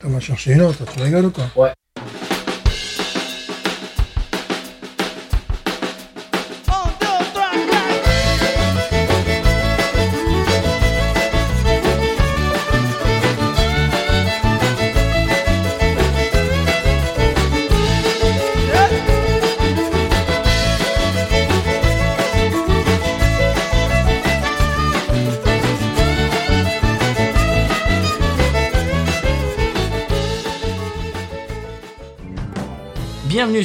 T'en vas chercher une autre, tu rigoles ou quoi Ouais. Bienvenue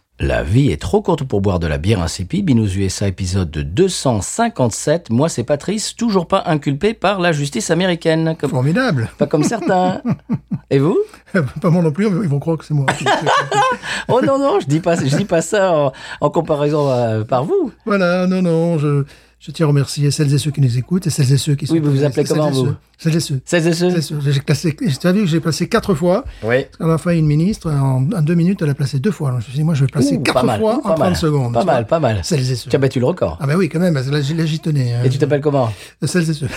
La vie est trop courte pour boire de la bière insipide. Binous USA épisode de 257. Moi, c'est Patrice, toujours pas inculpé par la justice américaine. Comme- Formidable. Pas comme certains. Et vous Pas moi non plus, ils vont croire que c'est moi. Oh non, non, je dis pas, je dis pas ça en, en comparaison euh, par vous. voilà, non, non, je, je tiens à remercier celles et ceux qui nous écoutent et celles et ceux qui sont... Oui, vous vous appelez celles et comment, ceux- vous Celles et ceux. C'est et ceux Celles et ceux. J'ai classé, tu as vu que j'ai placé quatre fois. Oui. Parce qu'à la fin, une ministre, en, en deux minutes, elle a placé deux fois. Alors, je me suis dit, moi, je vais placer Ouh, pas quatre mal, fois pas en 30 mal, secondes. pas tu mal, vois. pas mal. Celles et ceux. Tu as battu le record. Ah ben oui, quand même, là, j'y là, j'y tenais. hein. Et tu t'appelles comment Celles et ceux.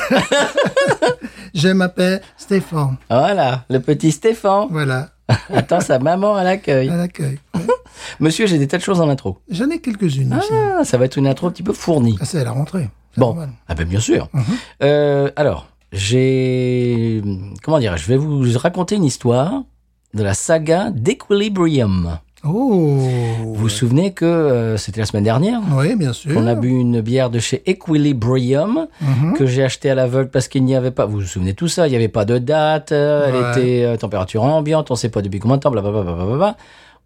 je m'appelle Stéphane. Voilà, le petit Stéphane Voilà, attend sa maman à l'accueil. à l'accueil. Monsieur, j'ai des tas de choses en intro. J'en ai quelques-unes aussi. Ah, ça va être une intro un petit peu fournie. Ah, c'est à la rentrée. C'est Bon, normal. ah ben bien sûr. Mhm. Euh, alors, j'ai... Comment dire Je vais vous raconter une histoire de la saga d'Equilibrium. Oh Vous vous souvenez que euh, c'était la semaine dernière Oui, bien sûr. Mhm, On a bu une bière de chez Equilibrium que j'ai achetée à l'aveugle parce qu'il n'y avait pas. Vous vous souvenez de tout ça Il n'y avait pas de date. euh, Elle Ouais. était euh, température ambiante. On ne sait pas depuis combien de temps. Blablabla. blablabla.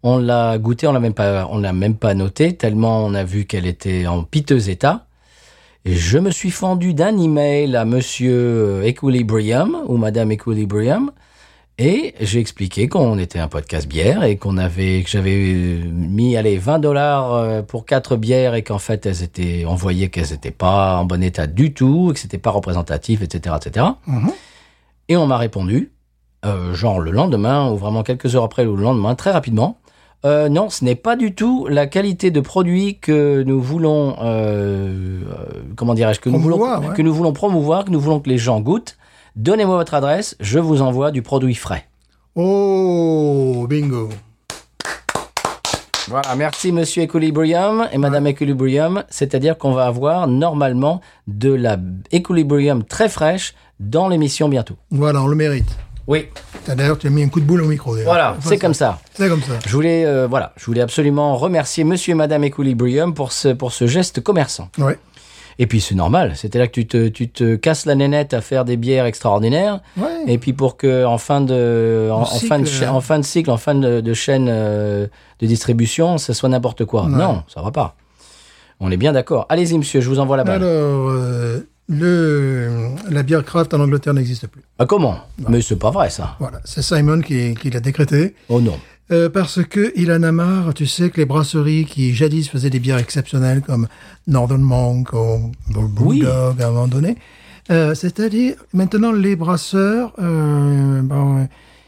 On l'a goûtée. On l'a même pas. On l'a même pas notée tellement on a vu qu'elle était en piteux état. Et je me suis fendu d'un email à Monsieur euh, Equilibrium ou Madame Equilibrium. Et j'ai expliqué qu'on était un podcast bière et qu'on avait, que j'avais euh, mis, allez, 20 dollars euh, pour quatre bières et qu'en fait, elles étaient, on voyait qu'elles n'étaient pas en bon état du tout, et que c'était pas représentatif, etc., etc. Mhm. Et on m'a répondu, euh, genre le lendemain ou vraiment quelques heures après ou le lendemain, très rapidement. Euh, non, ce n'est pas du tout la qualité de produit que nous voulons, euh, euh, comment dirais-je, que nous voulons, Promouvoir, ouais. que nous voulons promouvoir, que nous voulons que les gens goûtent. Donnez-moi votre adresse, je vous envoie du produit frais. Oh, bingo. Voilà, merci Monsieur Equilibrium et Madame Equilibrium, c'est-à-dire qu'on va avoir normalement de la Equilibrium très fraîche dans l'émission bientôt. Voilà, on le mérite. Oui, T'as- D'ailleurs, tu as mis un coup de boule au micro. d'ailleurs. voilà, Enfin, c'est comme ça. C'est comme ça. Je voulais, euh, voilà, je voulais absolument remercier Monsieur et Madame Equilibrium pour ce, pour ce geste commerçant. Ouais. Et puis c'est normal, c'était là que tu te, tu te casses la nénette à faire des bières extraordinaires. Ouais. Et puis pour que en fin de en, En en fin de cycle, cha- hein. en fin de cycle, en fin de, de chaîne euh, de distribution, ça soit n'importe quoi. Non, ça va pas. On est bien d'accord. Allez-y, monsieur, je vous envoie la balle. Alors, euh, le, la bière craft en Angleterre n'existe plus. Ah, comment Mais c'est pas vrai ça. Voilà, c'est Simon qui, qui l'a décrété. Oh non. Euh, parce que il en a marre, tu sais que les brasseries qui jadis faisaient des bières exceptionnelles comme Northern Monk ou Oui. Bulldog à un moment donné, euh, c'est-à-dire maintenant les brasseurs, euh, bon, euh,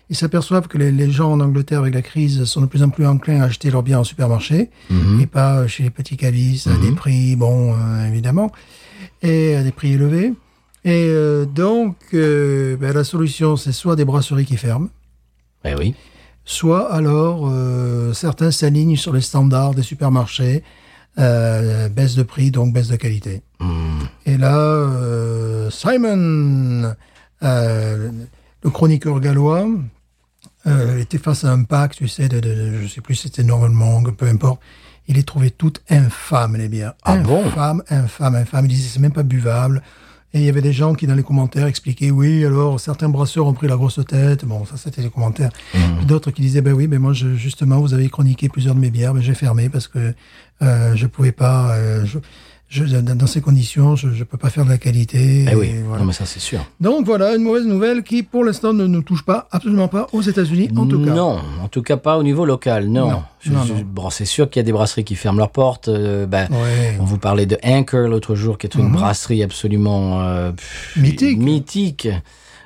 ils s'aperçoivent que les, les gens en Angleterre avec la crise sont de plus en plus enclins à acheter leurs bières en supermarché et pas euh, chez les petits cavistes à des prix, bon, euh, évidemment, et à des prix élevés. Et euh, donc, euh, ben, la solution, c'est soit des brasseries qui ferment, Eh oui. soit alors euh, certains s'alignent sur les standards des supermarchés, euh, baisse de prix, donc baisse de qualité. Hmm. Et là, euh, Simon, euh, le chroniqueur gallois, euh, était face à un pack, tu sais, de, de- de- je sais plus si c'était normalement, peu importe. Il les trouvait toutes infâmes, les bières. Ah bon infâmes, infâmes, infâmes. Il disait, c'est même pas buvable. Et il y avait des gens qui, dans les commentaires, expliquaient, oui, alors, certains brasseurs ont pris la grosse tête. Bon, ça, c'était les commentaires. Puis D'autres qui disaient, ben oui, mais moi, je- ben, justement, vous avez chroniqué plusieurs de mes bières, mais j'ai fermé parce que euh, je pouvais pas... euh, je, je- dans dans ces conditions, je ne peux pas faire de la qualité. Eh et oui, voilà. non, mais ça, c'est sûr. Donc voilà, une mauvaise nouvelle qui pour l'instant ne nous touche pas, absolument pas aux États-Unis en tout cas. Non, en tout cas pas au niveau local, non. Non, Je- non, je- non. Bon, c'est sûr qu'il y a des brasseries qui ferment leurs portes. euh, ben, Ouais. On vous parlait de Anchor l'autre jour, qui est une Mhm. brasserie absolument euh, pff, Mythique. mythique.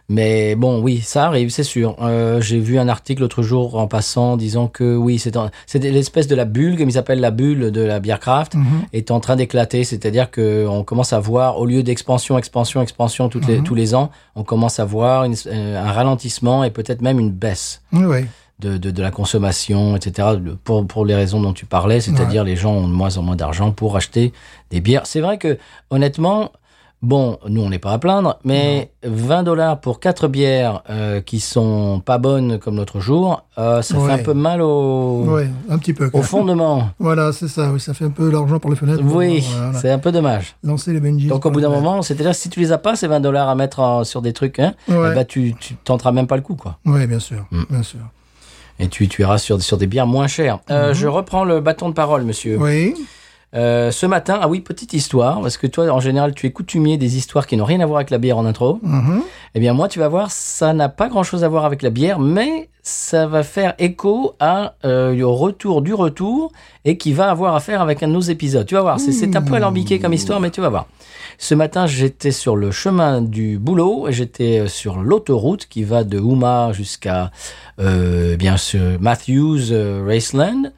Mais bon, oui, ça arrive, c'est sûr. Euh, J'ai vu un article l'autre jour en passant disant que oui, c'est en- c'est l'espèce de la bulle, comme ils appellent la bulle de la bière craft, Mhm. est en train d'éclater. C'est-à-dire que on commence à voir, au lieu d'expansion, expansion, expansion toutes les, Mhm. tous les ans, on commence à voir une- euh, un ralentissement et peut-être même une baisse Oui, oui. de, de, de la consommation, etc. le- Pour, pour les raisons dont tu parlais, c'est-à-dire les gens ont de moins en moins d'argent pour acheter des bières. C'est vrai que, honnêtement, bon, nous, on n'est pas à plaindre, mais 20 dollars pour quatre bières euh, qui sont pas bonnes comme l'autre jour, euh, ça Ouais. fait un peu mal au, Ouais, un petit peu. au quoi. fondement. Voilà, c'est ça. Oui, ça fait un peu l'argent par les fenêtres. oui, Voilà. c'est un peu dommage. Lancer les Benjis. Donc, au par bout les d'un fenêtres. moment, c'est-à-dire si tu les as pas, ces 20 dollars à mettre en- sur des trucs, hein, Ouais. eh ben, tu, tu tenteras même pas le coup, quoi. Oui, bien sûr, Mm. bien sûr. Et tu, tu iras sur, sur des bières moins chères. Euh, Mhm. Je reprends le bâton de parole, monsieur. Oui, Euh, ce matin, ah oui, petite histoire, parce que toi, en général, tu es coutumier des histoires qui n'ont rien à voir avec la bière en intro. mhm, Eh bien, moi, tu vas voir, ça n'a pas grand-chose à voir avec la bière, mais ça va faire écho à, euh, au retour du retour et qui va avoir affaire avec un de nos épisodes. Tu vas voir, c'est- c'est un peu alambiqué comme histoire, mais tu vas voir. Ce matin, j'étais sur le chemin du boulot et j'étais euh, sur l'autoroute qui va de Houma jusqu'à, euh, bien sûr, Matthews euh, Raceland.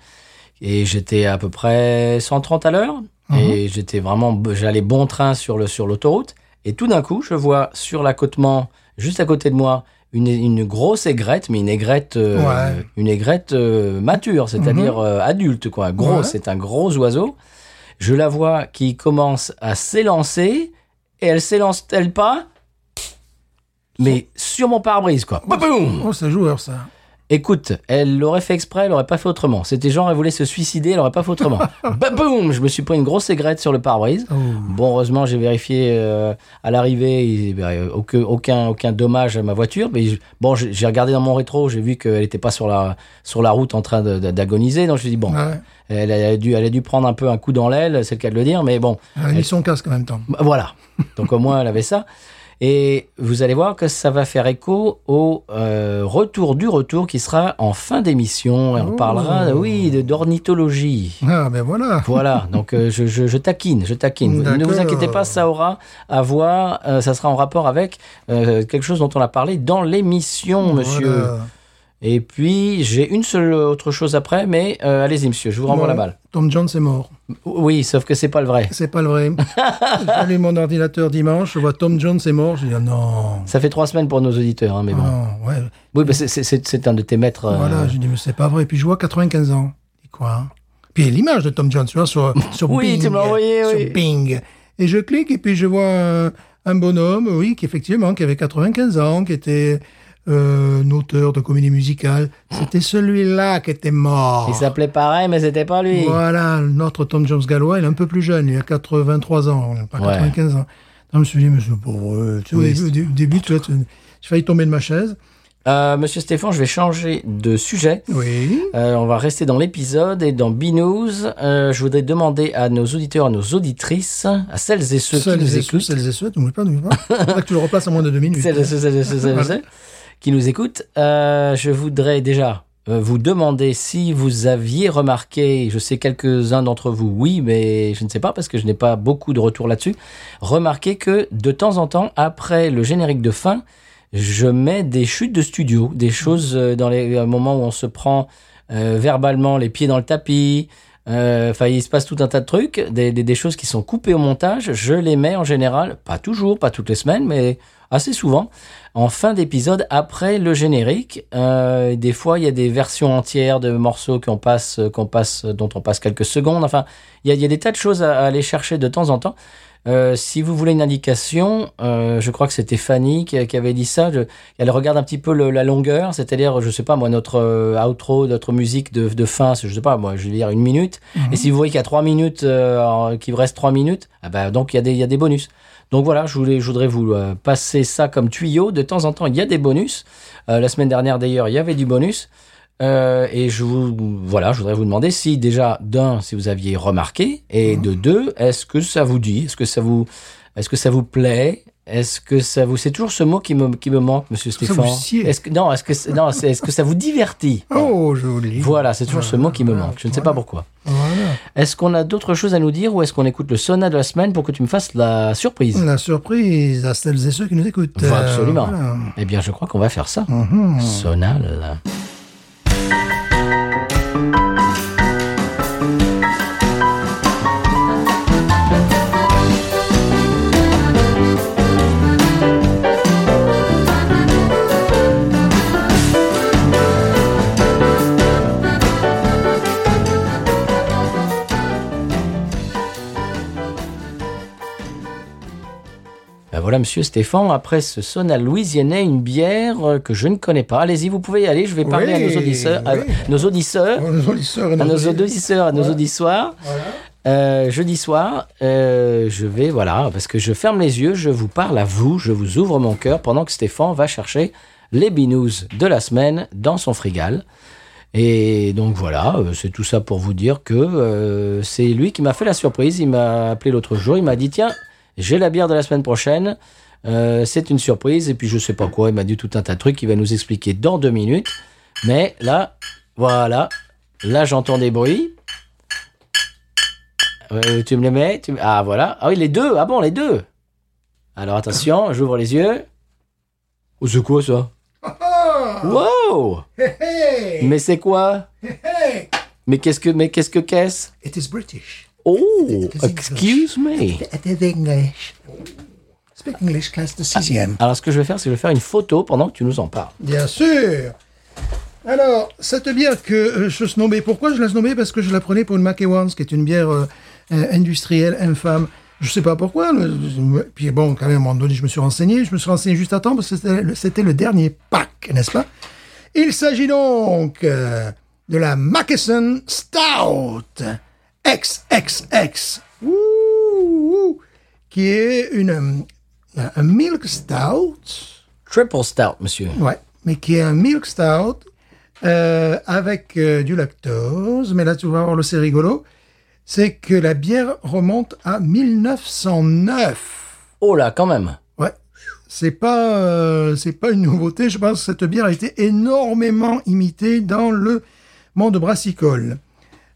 Et j'étais à peu près 130 à l'heure. Mhm. Mm-hmm. Et j'étais vraiment, j'allais bon train sur le, sur l'autoroute. Et tout d'un coup, je vois sur l'accotement, juste à côté de moi, une, une grosse aigrette, mais une aigrette, euh, Ouais. Mhm. une aigrette euh, mature, c'est-à-dire euh, adulte, quoi. Grosse, Ouais. c'est un gros oiseau. Je la vois qui commence à s'élancer, et elle s'élance-t-elle pas Mais sur mon pare-brise, quoi. Boum Oh, c'est joueur, ça. Écoute, elle l'aurait fait exprès, elle aurait pas fait autrement. C'était genre, elle voulait se suicider, elle aurait pas fait autrement. Boum Je me suis pris une grosse aigrette sur le pare-brise. Oh. Bon, heureusement, j'ai vérifié euh, à l'arrivée, il- ben, aucun, aucun, aucun dommage à ma voiture. Mais je- bon, j'ai j'ai regardé dans mon rétro, j'ai vu qu'elle n'était pas sur la, sur la route en train de- de- d'agoniser. Donc, je me suis dit, bon, Ouais. elle, a dû, elle a dû prendre un peu un coup dans l'aile, c'est le cas de le dire. Mais bon, Elle a mis son casque en même temps. bah, Voilà. Donc au moins elle avait ça. Et vous allez voir que ça va faire écho au euh, retour du retour qui sera en fin d'émission. Et on Oh. parlera, oui, de- d'ornithologie. Ah, ben voilà. Voilà, donc euh, je, je- je taquine, je taquine. Vous- Ne vous D'accord. inquiétez pas, ça aura à voir, euh, ça sera en rapport avec euh, quelque chose dont on a parlé dans l'émission, monsieur. Voilà. Et puis, j'ai une seule autre chose après, mais euh, allez-y, monsieur, je vous renvoie la Voilà. balle. Tom Jones est mort. Oui, sauf que c'est pas le vrai. C'est pas le vrai. J'allume mon ordinateur dimanche, je vois Tom Jones est mort. Je dis ah, non. Ça fait trois semaines pour nos auditeurs, hein, mais bon. Non, ouais. Oui, bah, c'est- c'est- c'est c'est un de tes maîtres. euh, Voilà, je dis mais c'est pas vrai. Puis je vois 95 ans. Je dis quoi hein Puis l'image de Tom Jones, tu vois, sur, sur Oui, Bing. tu me l'as envoyé, Sur oui. Bing. Et je clique et puis je vois un, un bonhomme, oui, qui effectivement, qui avait 95 ans, qui était euh, un auteur de comédie musicale. C'était celui-là qui était mort. Il s'appelait pareil, mais c'était pas lui. Voilà, notre Tom Jones Gallois, il est un peu plus jeune, il a 83 ans, pas Ouais. 95 ans. Non, je me suis dit, mais c'est pauvre. euh, Tu vois, Oui, au début- au début, tu vois, tu- j'ai failli tomber de ma chaise. Euh, Monsieur Stéphane, je vais changer de sujet. Oui. Euh, on va rester dans l'épisode et dans B-News. Euh, je voudrais demander à nos auditeurs, à nos auditrices, à celles et ceux Celles qui nous et ceux, écoutent, celles et ceux, n'oublie pas, n'oublie pas. Faudrait que tu le replaces en moins de deux minutes. celles et ceux, celles et ceux, celles et ceux qui nous écoutent, euh, je voudrais déjà euh, vous demander si vous aviez remarqué, je sais quelques-uns d'entre vous, oui, mais je ne sais pas parce que je n'ai pas beaucoup de retours là-dessus, remarquez que de temps en temps, après le générique de fin, je mets des chutes de studio, des choses euh, dans les euh, moments où on se prend euh, verbalement les pieds dans le tapis. euh, Enfin, il se passe tout un tas de trucs, des, des- des choses qui sont coupées au montage. Je les mets en général, pas toujours, pas toutes les semaines, mais assez souvent, en fin d'épisode après le générique. Euh, des fois, il y a des versions entières de morceaux qu'on passe, euh, qu'on passe, dont on passe quelques secondes. Enfin, il y a, il y a des tas de choses à, à aller chercher de temps en temps. Euh, si vous voulez une indication, euh, je crois que c'était Fanny qui, qui avait dit ça. je- elle regarde un petit peu le- la longueur, c'est-à-dire, je sais pas moi, notre euh, outro, notre musique de, de fin, c'est, je sais pas moi, je vais dire une minute. Mhm. Et si vous voyez qu'il y a trois minutes, euh, en- qu'il reste trois minutes, ah ben, donc il y, a des- il y a des bonus. Donc voilà, je, voulais, je voudrais vous euh, passer ça comme tuyau. De temps en temps, il y a des bonus. Euh, la semaine dernière, d'ailleurs, il y avait du bonus. Euh, et je vous, voilà, je voudrais vous demander si déjà d'un, si vous aviez remarqué, et Mhm. de deux, est-ce que ça vous dit, est-ce que ça vous, est-ce que ça vous plaît, est-ce que ça vous, c'est toujours ce mot qui me, qui me manque, Monsieur que ça Stéphane. vous scie Est-ce que non, est-ce que c'est- non, c'est- est-ce que ça vous divertit Oh, joli. Voilà, c'est toujours ce mot qui me Voilà, manque. Je ne sais voilà. pas pourquoi. Voilà. Est-ce qu'on a d'autres choses à nous dire ou est-ce qu'on écoute le sauna de la semaine pour que tu me fasses la surprise La surprise à celles et ceux qui nous écoutent. Enfin, absolument. Euh, voilà. Eh bien, je crois qu'on va faire ça. Mhm. Sonal. Ben voilà, monsieur Stéphane, après ce sonal louisianais, une bière euh, que je ne connais pas. Allez-y, vous pouvez y aller, je vais parler à Oui, nos auditeurs, à oui. nos auditeurs, Bon, Oh, nos auditeurs et à nos nos auditeurs. auditeurs, à nos Voilà. auditoires. Voilà. Euh, jeudi soir, euh, je vais, voilà, parce que je ferme les yeux, je vous parle à vous, je vous ouvre mon cœur pendant que Stéphane va chercher les binous de la semaine dans son frigal. Et donc voilà, euh, c'est tout ça pour vous dire que euh, c'est lui qui m'a fait la surprise. Il m'a appelé l'autre jour, il m'a dit tiens, j'ai la bière de la semaine prochaine. Euh, c'est une surprise et puis je sais pas quoi. Il m'a dit tout un tas de trucs qu'il va nous expliquer dans deux minutes. Mais là, voilà, là j'entends des bruits. Euh, tu me les mets tu me- Ah voilà. Ah oui, les deux. Ah bon, les deux. Alors attention, j'ouvre les yeux. Oh, c'est quoi ça Wow Ah, Hey, Mais c'est quoi hey. Mais qu'est-ce que mais qu'est-ce que qu'est-ce It is British. Oh, excuse me. It is English. Speak English class de sixième. Alors ce que je vais faire, c'est que je vais faire une photo pendant que tu nous en parles. Bien sûr. Alors, cette bière que euh, je snobais, pourquoi je la snobais Parce que je la prenais pour une McEwan's, qui est une bière euh, euh, industrielle infâme. Je sais pas pourquoi. le- le- puis bon, quand même, à un moment donné, je me suis renseigné. Je me suis renseigné juste à temps, parce que c'était le- c'était le dernier pack, n'est-ce pas Il s'agit donc euh, de la Mackeson Stout XXX. Ouh, ouh, qui est une, euh, un milk stout. Triple stout, monsieur. Ouais, mais qui est un milk stout euh, avec euh, du lactose. Mais là, tu vas voir, le c'est rigolo. C'est que la bière remonte à 1909. Oh là, quand même. Ouais, c'est pas, euh, c'est pas une nouveauté. Je pense que cette bière a été énormément imitée dans le monde brassicole.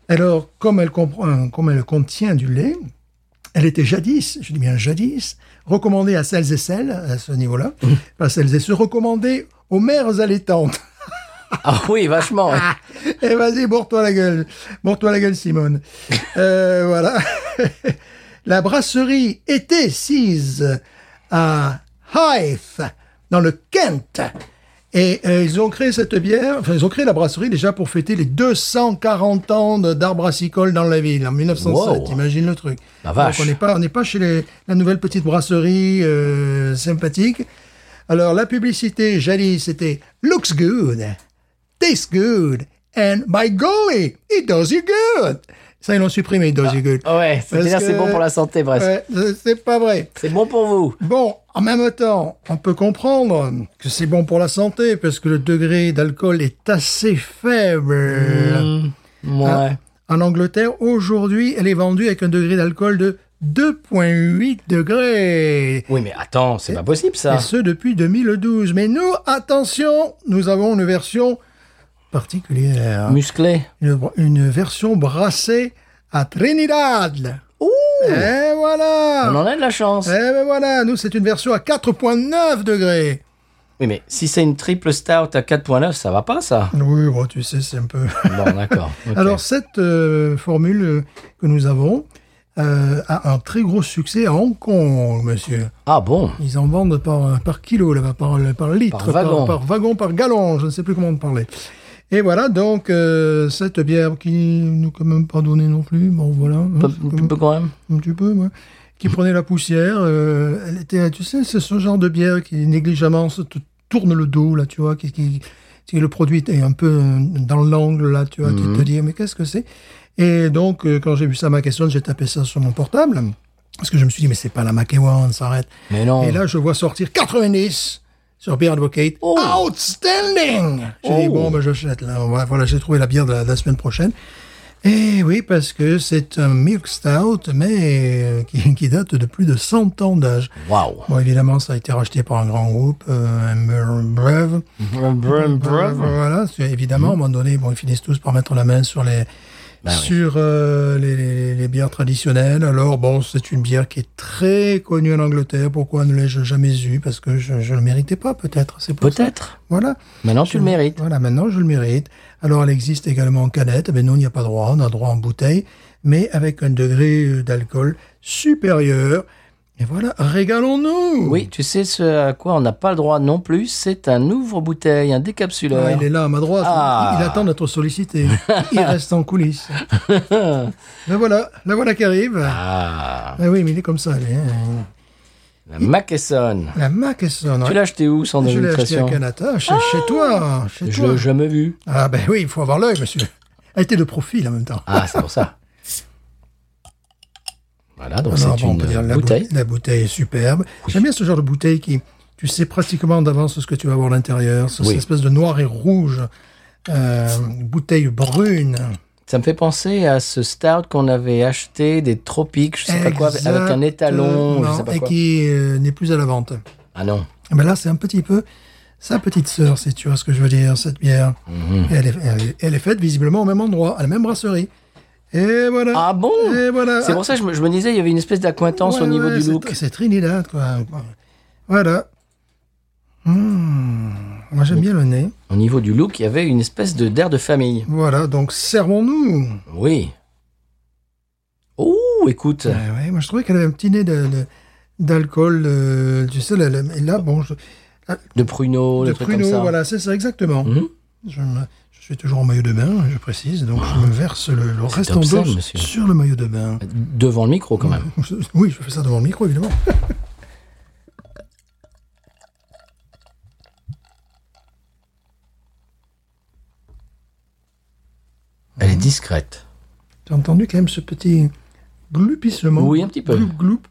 Alors, comme elle, comprend, comme elle contient du lait, elle était jadis, je dis bien jadis, recommandée à celles et celles, à ce niveau-là, pas celles et ceux, recommandée aux mères allaitantes. Ah oui, vachement. Eh vas-y, bourre-toi la gueule. Bourre-toi la gueule, Simone. Euh, voilà. la brasserie était sise à Hythe, dans le Kent. Et euh, ils ont créé cette bière, enfin ils ont créé la brasserie déjà pour fêter les 240 ans de- d'art brassicole dans la ville, en 1907, Wow. imagine le truc. La vache. Donc on n'est pas, on n'est pas chez les- la nouvelle petite brasserie euh, sympathique. Alors la publicité, jadis, c'était « Looks good » tastes good. And by golly, it does you good. Ça, ils l'ont supprimé, it does you good. Ah, Ouais, Parce c'est-à-dire c'est que- bon pour la santé, bref. Ouais, c'est- c'est pas vrai. C'est bon pour vous. Bon, en même temps, on peut comprendre que c'est bon pour la santé parce que le degré d'alcool est assez faible. Mm. Ouais. En Angleterre, aujourd'hui, elle est vendue avec un degré d'alcool de 2,8 degrés. Oui, mais attends, c'est pas possible ça. Et ce, depuis 2012. Mais nous, attention, nous avons une version particulière. Musclé. une, une version brassée à Trinidad. Et On voilà en a de la chance. Et ben voilà, nous c'est une version à 4.9 degrés. Oui, mais si c'est une triple stout à 4.9, ça va pas, ça Oui, bon, tu sais, c'est un peu... Bon, d'accord. ok. Alors cette euh, formule euh, que nous avons euh, a un très gros succès à Hong Kong, monsieur. ah bon Ils en vendent par, par kilo, là-bas, par, par litre, Par wagon. par wagon, par gallon, je ne sais plus comment on parlait. Et voilà donc euh, cette bière qui nous quand même pas donnée non plus. Bon voilà. hein, Peu- c'est quand Tu même- peux quand même un petit peu, moi, qui prenait la poussière. euh, elle était, tu sais, c'est ce genre de bière qui négligemment se te tourne le dos, là, tu vois, qui, qui, si le produit est un peu euh, dans l'angle, là, tu vois, tu te dis, mais qu'est-ce que c'est Et donc, euh, quand j'ai vu ça à Macassonne, j'ai tapé ça sur mon portable, parce que je me suis dit, mais c'est pas la Macassonne, s'arrête. Mais non. Et là, je vois sortir 90 sur Beer Advocate. Oh. Outstanding J'ai dit, Oh. bon, ben j'achète. Là, Ouais, voilà, j'ai trouvé la bière de la, de la semaine prochaine. Et oui, parce que c'est un milk stout, mais euh, qui, qui date de plus de 100 ans d'âge. Waouh. Bon, évidemment, ça a été racheté par un grand groupe, euh, un brave. Voilà, c'est- évidemment, à un moment donné, bon, ils finissent tous par mettre la main sur les Bah oui. sur euh, les, les- les bières traditionnelles. Alors bon, c'est une bière qui est très connue en Angleterre. Pourquoi ne l'ai-je jamais eue Parce que je ne le méritais pas, peut-être. C'est pour ça. Peut-être. Voilà. Maintenant, tu le mérites. Voilà, maintenant je le mérite. Alors elle existe également en canette, mais nous on n'y a pas droit, on a droit en bouteille, mais avec un degré euh, d'alcool supérieur. Et voilà, régalons-nous Oui, tu sais ce à quoi on n'a pas le droit non plus, c'est un ouvre-bouteille, un décapsuleur. Ah, il est là à ma droite, Ah. il, il attend d'être sollicité, il reste en coulisses. le voilà, la voilà qui arrive. Ah, Ah, oui, mais il est comme ça, lui. hein. la Mackesson. La Mac est sonne. Tu l'as acheté où sans Je l'ai acheté à illustration Ah. Canada, chez, chez toi, chez Je toi. l'ai jamais vu. Ah ben oui, il faut avoir l'œil, monsieur. Elle était de profil en même temps. Ah, c'est pour ça. Voilà, donc Alors, c'est Ah, bon, on une peut dire la bouteille. bou- La bouteille est superbe. J'aime bien ce genre de bouteille qui, tu sais pratiquement d'avance ce que tu vas avoir à l'intérieur. C'est Oui. Cette espèce de noir et rouge. Euh, bouteille brune. Ça me fait penser à ce stout qu'on avait acheté des tropiques, je sais pas quoi, avec un étalon, je sais Exactement, pas Et quoi. qui euh, n'est plus à la vente. Ah non. Eh Ben là, c'est un petit peu sa petite sœur, si tu vois ce que je veux dire, cette bière. Mhm. Et elle, est, elle est- elle est faite visiblement au même endroit, à la même brasserie. Et voilà. Ah bon Et voilà. C'est pour ça que je me, je me disais, il y avait une espèce d'accointance au Ouais, niveau ouais, du c'est- look. C'est Trinidad, quoi. Voilà. Hmm. Moi, j'aime bien le nez. Au niveau du look, il y avait une espèce de d'air de famille. Voilà, donc servons-nous. Oui. Oh, écoute. Ouais, Eh ouais, moi, je trouvais qu'elle avait un petit nez de- de- d'alcool. euh, tu sais, là, là, et là, bon, je, De pruneaux, de des trucs comme pruneau, ça. voilà, c'est ça, exactement. Mhm. Je, me- je suis toujours en maillot de bain, je précise, donc je me verse le, le restant obscène, d'eau monsieur. Ah, sur le maillot de bain. Devant le micro, quand même. Oui, je fais ça devant le micro, évidemment. Elle est discrète. T'as entendu quand même ce petit gloupissement Oui, un petit peu. Gloup, gloup.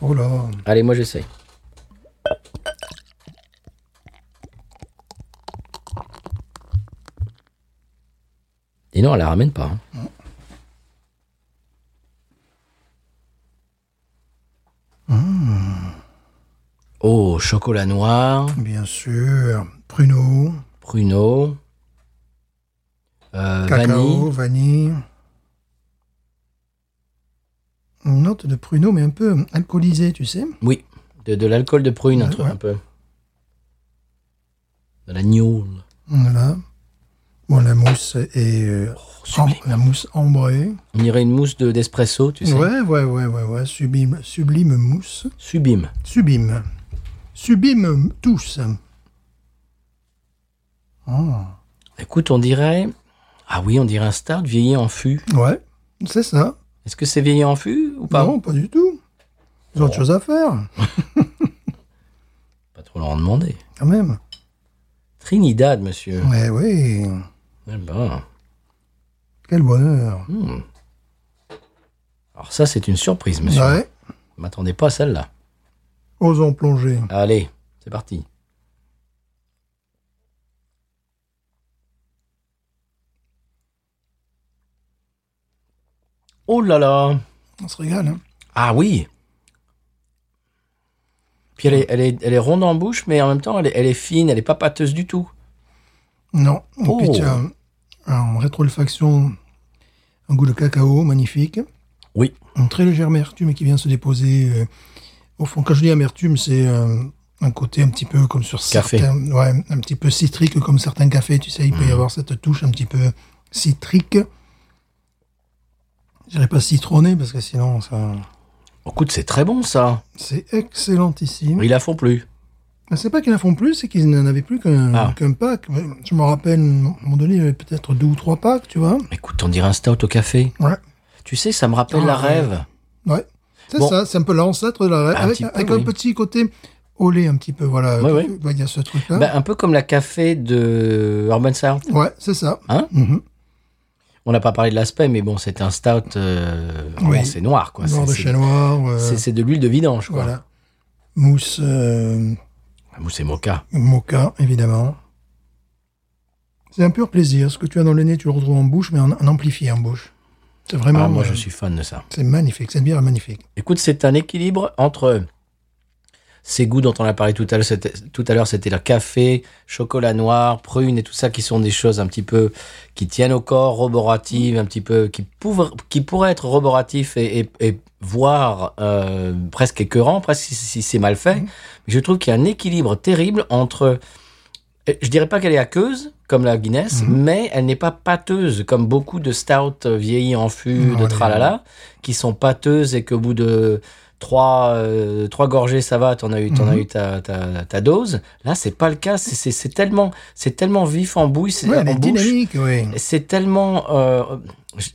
Oh là. Allez, moi j'essaye. Et non, elle la ramène pas. hein. Hmm. Oh, chocolat noir, Bien sûr, pruneau, pruneau, euh, cacao, vanille. vanille. Une note de pruneau, mais un peu alcoolisée, tu sais. Oui, de, de l'alcool de prune, un truc un peu. De la gnôle. Voilà. Bon, la mousse est euh, Oh, sublime. am- la mousse ambrée. On dirait une mousse de- d'espresso, tu sais. Ouais, ouais, ouais, ouais, ouais, sublime, sublime mousse, Sublime. sublime, sublime tous. Écoute, on dirait. Ah oui, on dirait un start vieilli en fût. Ouais, c'est ça. Est-ce que c'est vieilli en fût ou pas Non, pas du tout. Ils ont autre chose à faire, Pas trop leur en demander. quand même. Trinidad, monsieur. Ouais, oui. Eh ben. Quel bonheur. hmm. Alors, ça, c'est une surprise, monsieur. Ouais. Je m'attendais pas à celle-là. Osons plonger. Allez, c'est parti. Oh là là On se régale. Hein. Ah oui Puis elle est, elle, est, elle est ronde en bouche, mais en même temps, elle est, elle est fine, elle est pas pâteuse du tout. Non. Et Oh. puis tu as en rétrolefaction un goût de cacao magnifique. Oui. Une très légère amertume qui vient se déposer. euh, au fond, quand je dis amertume, c'est euh, un côté un petit peu comme sur Café. Mm. certains... Ouais, un petit peu citrique comme certains cafés. Tu sais, il peut y avoir cette touche un petit peu citrique. Je dirais pas citronné parce que sinon, ça... Écoute, c'est très bon ça. c'est excellentissime. Ils la font plus. Ben, C'est pas qu'ils n'en font plus, c'est qu'ils n'en avaient plus qu'un Ah. qu'un pack. Je me rappelle, à un moment donné, il y avait peut-être deux ou trois packs, tu vois. Écoute, on dirait un stout au café. Ouais. Tu sais, ça me rappelle Ah, la ouais. rêve. Ouais. C'est Bon. ça, c'est un peu l'ancêtre de la Un avec, petit peu, avec oui. un petit côté au lait un petit peu, voilà. Ouais, ouais. Il y a ce truc-là. Bah, un peu comme la café de Urban South. ouais, c'est ça. Hein Mhm. On n'a pas parlé de l'aspect, mais bon, c'est un stout. euh, Oui. bon, c'est noir, quoi. Noir C'est- de c'est- chez noir, euh, C'est c'est de l'huile de vidange, quoi. voilà. Mousse euh, Mousse et mocha. Mocha, évidemment. C'est un pur plaisir. Ce que tu as dans le nez, tu le retrouves en bouche, mais en, en amplifié en bouche. C'est vraiment. Ah, moi, euh, je suis fan de ça. C'est magnifique. Cette bière est magnifique. Écoute, c'est un équilibre entre ces goûts dont on a parlé tout à l'heure. c'était- Tout à l'heure, c'était le café, chocolat noir, prune et tout ça, qui sont des choses un petit peu qui tiennent au corps, roboratives, un petit peu qui, pouvoir- qui pourraient être roboratifs et, et, et voire euh, presque écœurants, presque si, si c'est mal fait. Mhm. Mais je trouve qu'il y a un équilibre terrible entre euh, je dirais pas qu'elle est aqueuse, comme la Guinness, Mhm. mais elle n'est pas pâteuse, comme beaucoup de stouts vieillis en fût, Non, de elle est- tralala, qui sont pâteuses et qu'au bout de trois, euh, trois gorgées, ça va, t'en as eu, t'en Mhm. as eu ta, ta, ta dose. Là, c'est pas le cas. C'est- C'est c'est tellement, c'est tellement vif en bouche. c'est- Ouais, elle en est bouche. dynamique, oui. C'est tellement, euh,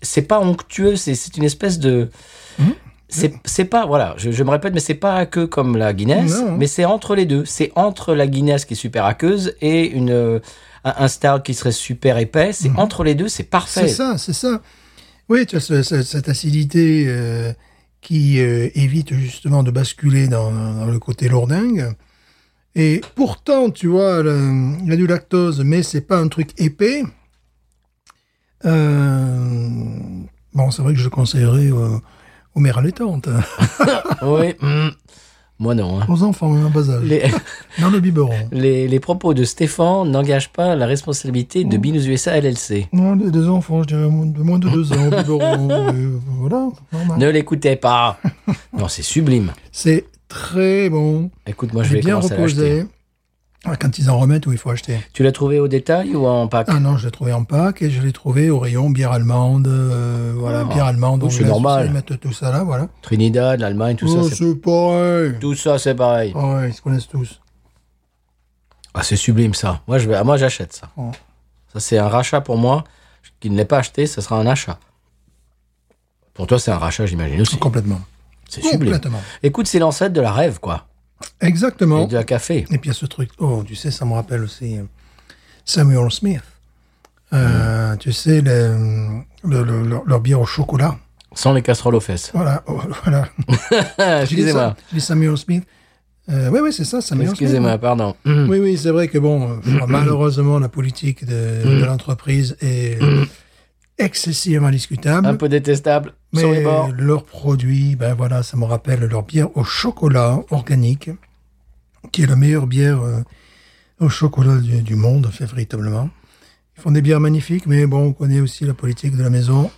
c'est pas onctueux. C'est c'est une espèce de, Mhm. c'est c'est pas, voilà, je, je me répète, mais c'est pas aqueux comme la Guinness, Non. mais c'est entre les deux. C'est entre la Guinness qui est super aqueuse et une, euh, un, un stout qui serait super épais. C'est entre les deux, c'est Mhm. C'est parfait. ça, c'est ça. Oui, tu as ce- ce- cette acidité euh, qui euh, évite justement de basculer dans, dans le côté lourdingue. Et pourtant, tu vois, le- il y a du lactose, mais c'est pas un truc épais. Euh, bon, c'est vrai que je le conseillerais aux, aux mères allaitantes, hein, Oui. Mhm. Moi non. hein. aux enfants en bas âge, Les- dans le biberon. Les, les propos de Stéphane n'engagent pas la responsabilité de Binous USA LLC. Non, des, des enfants, je dirais, au moins de moins de deux ans au biberon. euh, voilà, normal. Ne l'écoutez pas. Non, c'est sublime. C'est très bon. Écoute, moi, Elle je est vais bien commencer à l'acheter. reposée. Ah, Quand ils en remettent, où il faut acheter. Tu l'as trouvé au détail ou en pack Ah non, je l'ai trouvé en pack et je l'ai trouvé au rayon bière allemande. euh, voilà, Ah. bière allemande. Oui, c'est anglaise, normal. Ils mettent tout ça là, voilà. Trinidad, l'Allemagne, tout Oh, ça. c'est- c'est Oh. pareil. Tout ça, c'est pareil. Pareil, ils se connaissent tous. Ah, c'est sublime, ça. Moi, je vais, ah, moi, j'achète ça. Oh. Ça, c'est un rachat pour moi. Je- Qui ne l'ai pas acheté, ce sera un achat. Pour toi, c'est un rachat, j'imagine aussi. Complètement. C'est sublime. Oh, Complètement. Oh. Écoute, c'est l'ancêtre de la rêve, quoi. Et Exactement. de la café. Et puis il y a ce truc. Oh, tu sais, ça me rappelle aussi euh, Samuel Smith. Euh, Mm. Tu sais, le- le- le- leur, leur bière au chocolat. Sans les casseroles aux fesses. Voilà, oh, voilà. Je dis Excusez-moi. ça, je dis Samuel Smith. Euh, oui, oui, c'est ça, Samuel Smith. Excusez-moi, pardon. Oui, oui, c'est vrai que bon, euh, malheureusement, la politique Mm. de, de l'entreprise est excessivement Un discutable. peu détestable. Sur Mhm. les Mais bords. leurs produits, ben voilà, ça me rappelle leur bière au chocolat organique, qui est la meilleure bière euh, au chocolat du, du monde, fait véritablement. Ils font des bières magnifiques, mais bon, on connaît aussi la politique de la maison.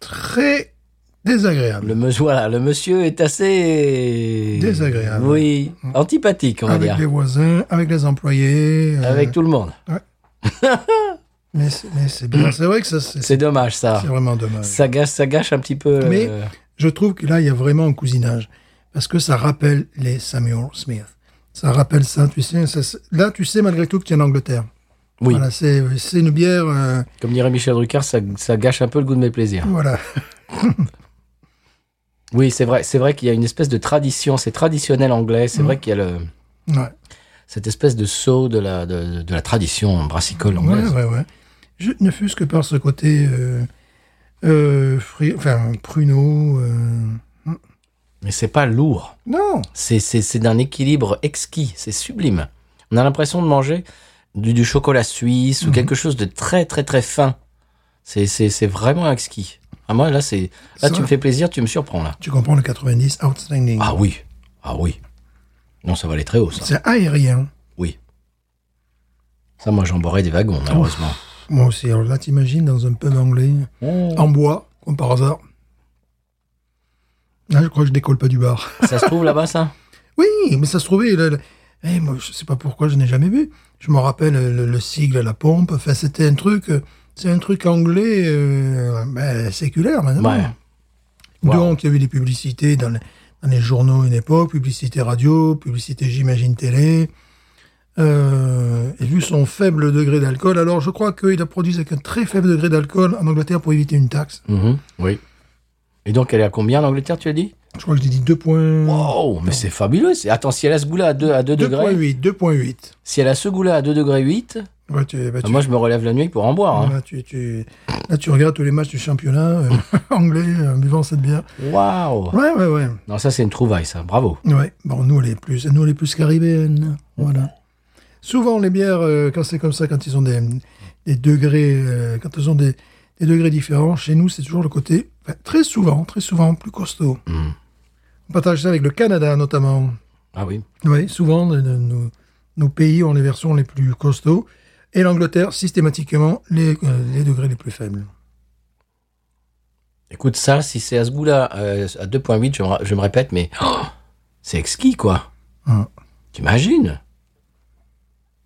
Très désagréable. Le, me- voilà, le monsieur est assez. Désagréable. Mhm. Oui, antipathique, on va Avec dire. les voisins, avec les employés. euh, Avec tout le monde. Mais c'est mais c'est bien. C'est vrai que ça, c'est C'est dommage, ça. c'est vraiment dommage. Ça gâche, ça gâche un petit peu. Mais- euh, Je trouve que là, il y a vraiment un cousinage. Parce que ça rappelle les Samuel Smith. Ça rappelle ça, tu sais. ça- ça- là, tu sais malgré tout que tu es en Angleterre. Oui. Voilà, c'est c'est une bière. euh, Comme dirait Michel Drucker, ça, ça gâche un peu le goût de mes plaisirs. voilà. Oui, c'est vrai, c'est vrai qu'il y a une espèce de tradition, c'est traditionnel anglais, Mhm. c'est vrai qu'il y a le, Ouais. cette espèce de saut de la, de, de la tradition brassicole Ouais, anglaise. ouais, ouais. Je, ne fût-ce que par ce côté. Euh, euh, fri- enfin, pruneau. euh, Mais c'est pas lourd, Non! c'est, c'est, c'est d'un équilibre exquis, c'est sublime. On a l'impression de manger du, du chocolat suisse ou quelque chose de très très très fin. C'est, c'est, c'est vraiment exquis. Ah, moi là, c'est, Ça là tu va. me fais plaisir, tu me surprends là. Tu comprends le 90 Outstanding. Ah oui, ah oui. Non, ça va aller très haut ça. C'est aérien. Oui. Ça, moi j'en boirais des wagons, malheureusement. Moi aussi. Alors là, t'imagines dans un pub anglais, Oh. en bois, comme par hasard. Là, je crois que je décolle pas du bar. Ça se trouve là-bas, ça Oui, mais ça se trouvait. Là, là- Eh, moi, je sais pas pourquoi, je n'ai jamais vu. Je me rappelle euh, le, le sigle à la pompe. Enfin, c'était un truc. euh, C'est un truc anglais euh, ben, séculaire maintenant. Ouais. Donc, il y avait des publicités dans les, dans les journaux à une époque, publicité radio, publicité, j'imagine, télé. Euh, et vu son faible degré d'alcool, alors je crois qu'il a produit avec un très faible degré d'alcool en Angleterre pour éviter une taxe. Mhm, Oui. Et donc, elle est à combien l'Angleterre, tu as dit Je crois que j'ai dit 2 points. Wow, mais c'est fabuleux. c'est- Attends, si elle a ce goût-là à 2, à Mm. deux degrés, 2.8, 2.8. si elle a ce goût-là à 2 degrés 8, Ouais, tu- bah, tu- Ah, moi, je me relève la nuit pour en boire. hein. Là, tu, tu- là, tu regardes tous les matchs du championnat euh, anglais euh, en buvant cette bière. Waouh Ouais, ouais, ouais. Non, ça, c'est une trouvaille, ça. Bravo. ouais. Bon, nous, elle est plus, nous, elle est plus caribéenne. Voilà. Souvent, les bières, euh, quand c'est comme ça, quand ils ont des, des degrés, euh, quand elles ont des, des degrés différents, chez nous, c'est toujours le côté, enfin, très souvent, très souvent, plus costaud. On partage ça avec le Canada, notamment. Ah oui. Oui, souvent, de- de- nos, nos pays ont les versions les plus costauds. Et l'Angleterre, systématiquement, les, euh, les degrés les plus faibles. Écoute, ça, si c'est à ce goût-là, euh, à 2.8, je, me ra- je me répète, mais oh, c'est exquis, quoi. Hum. T'imagines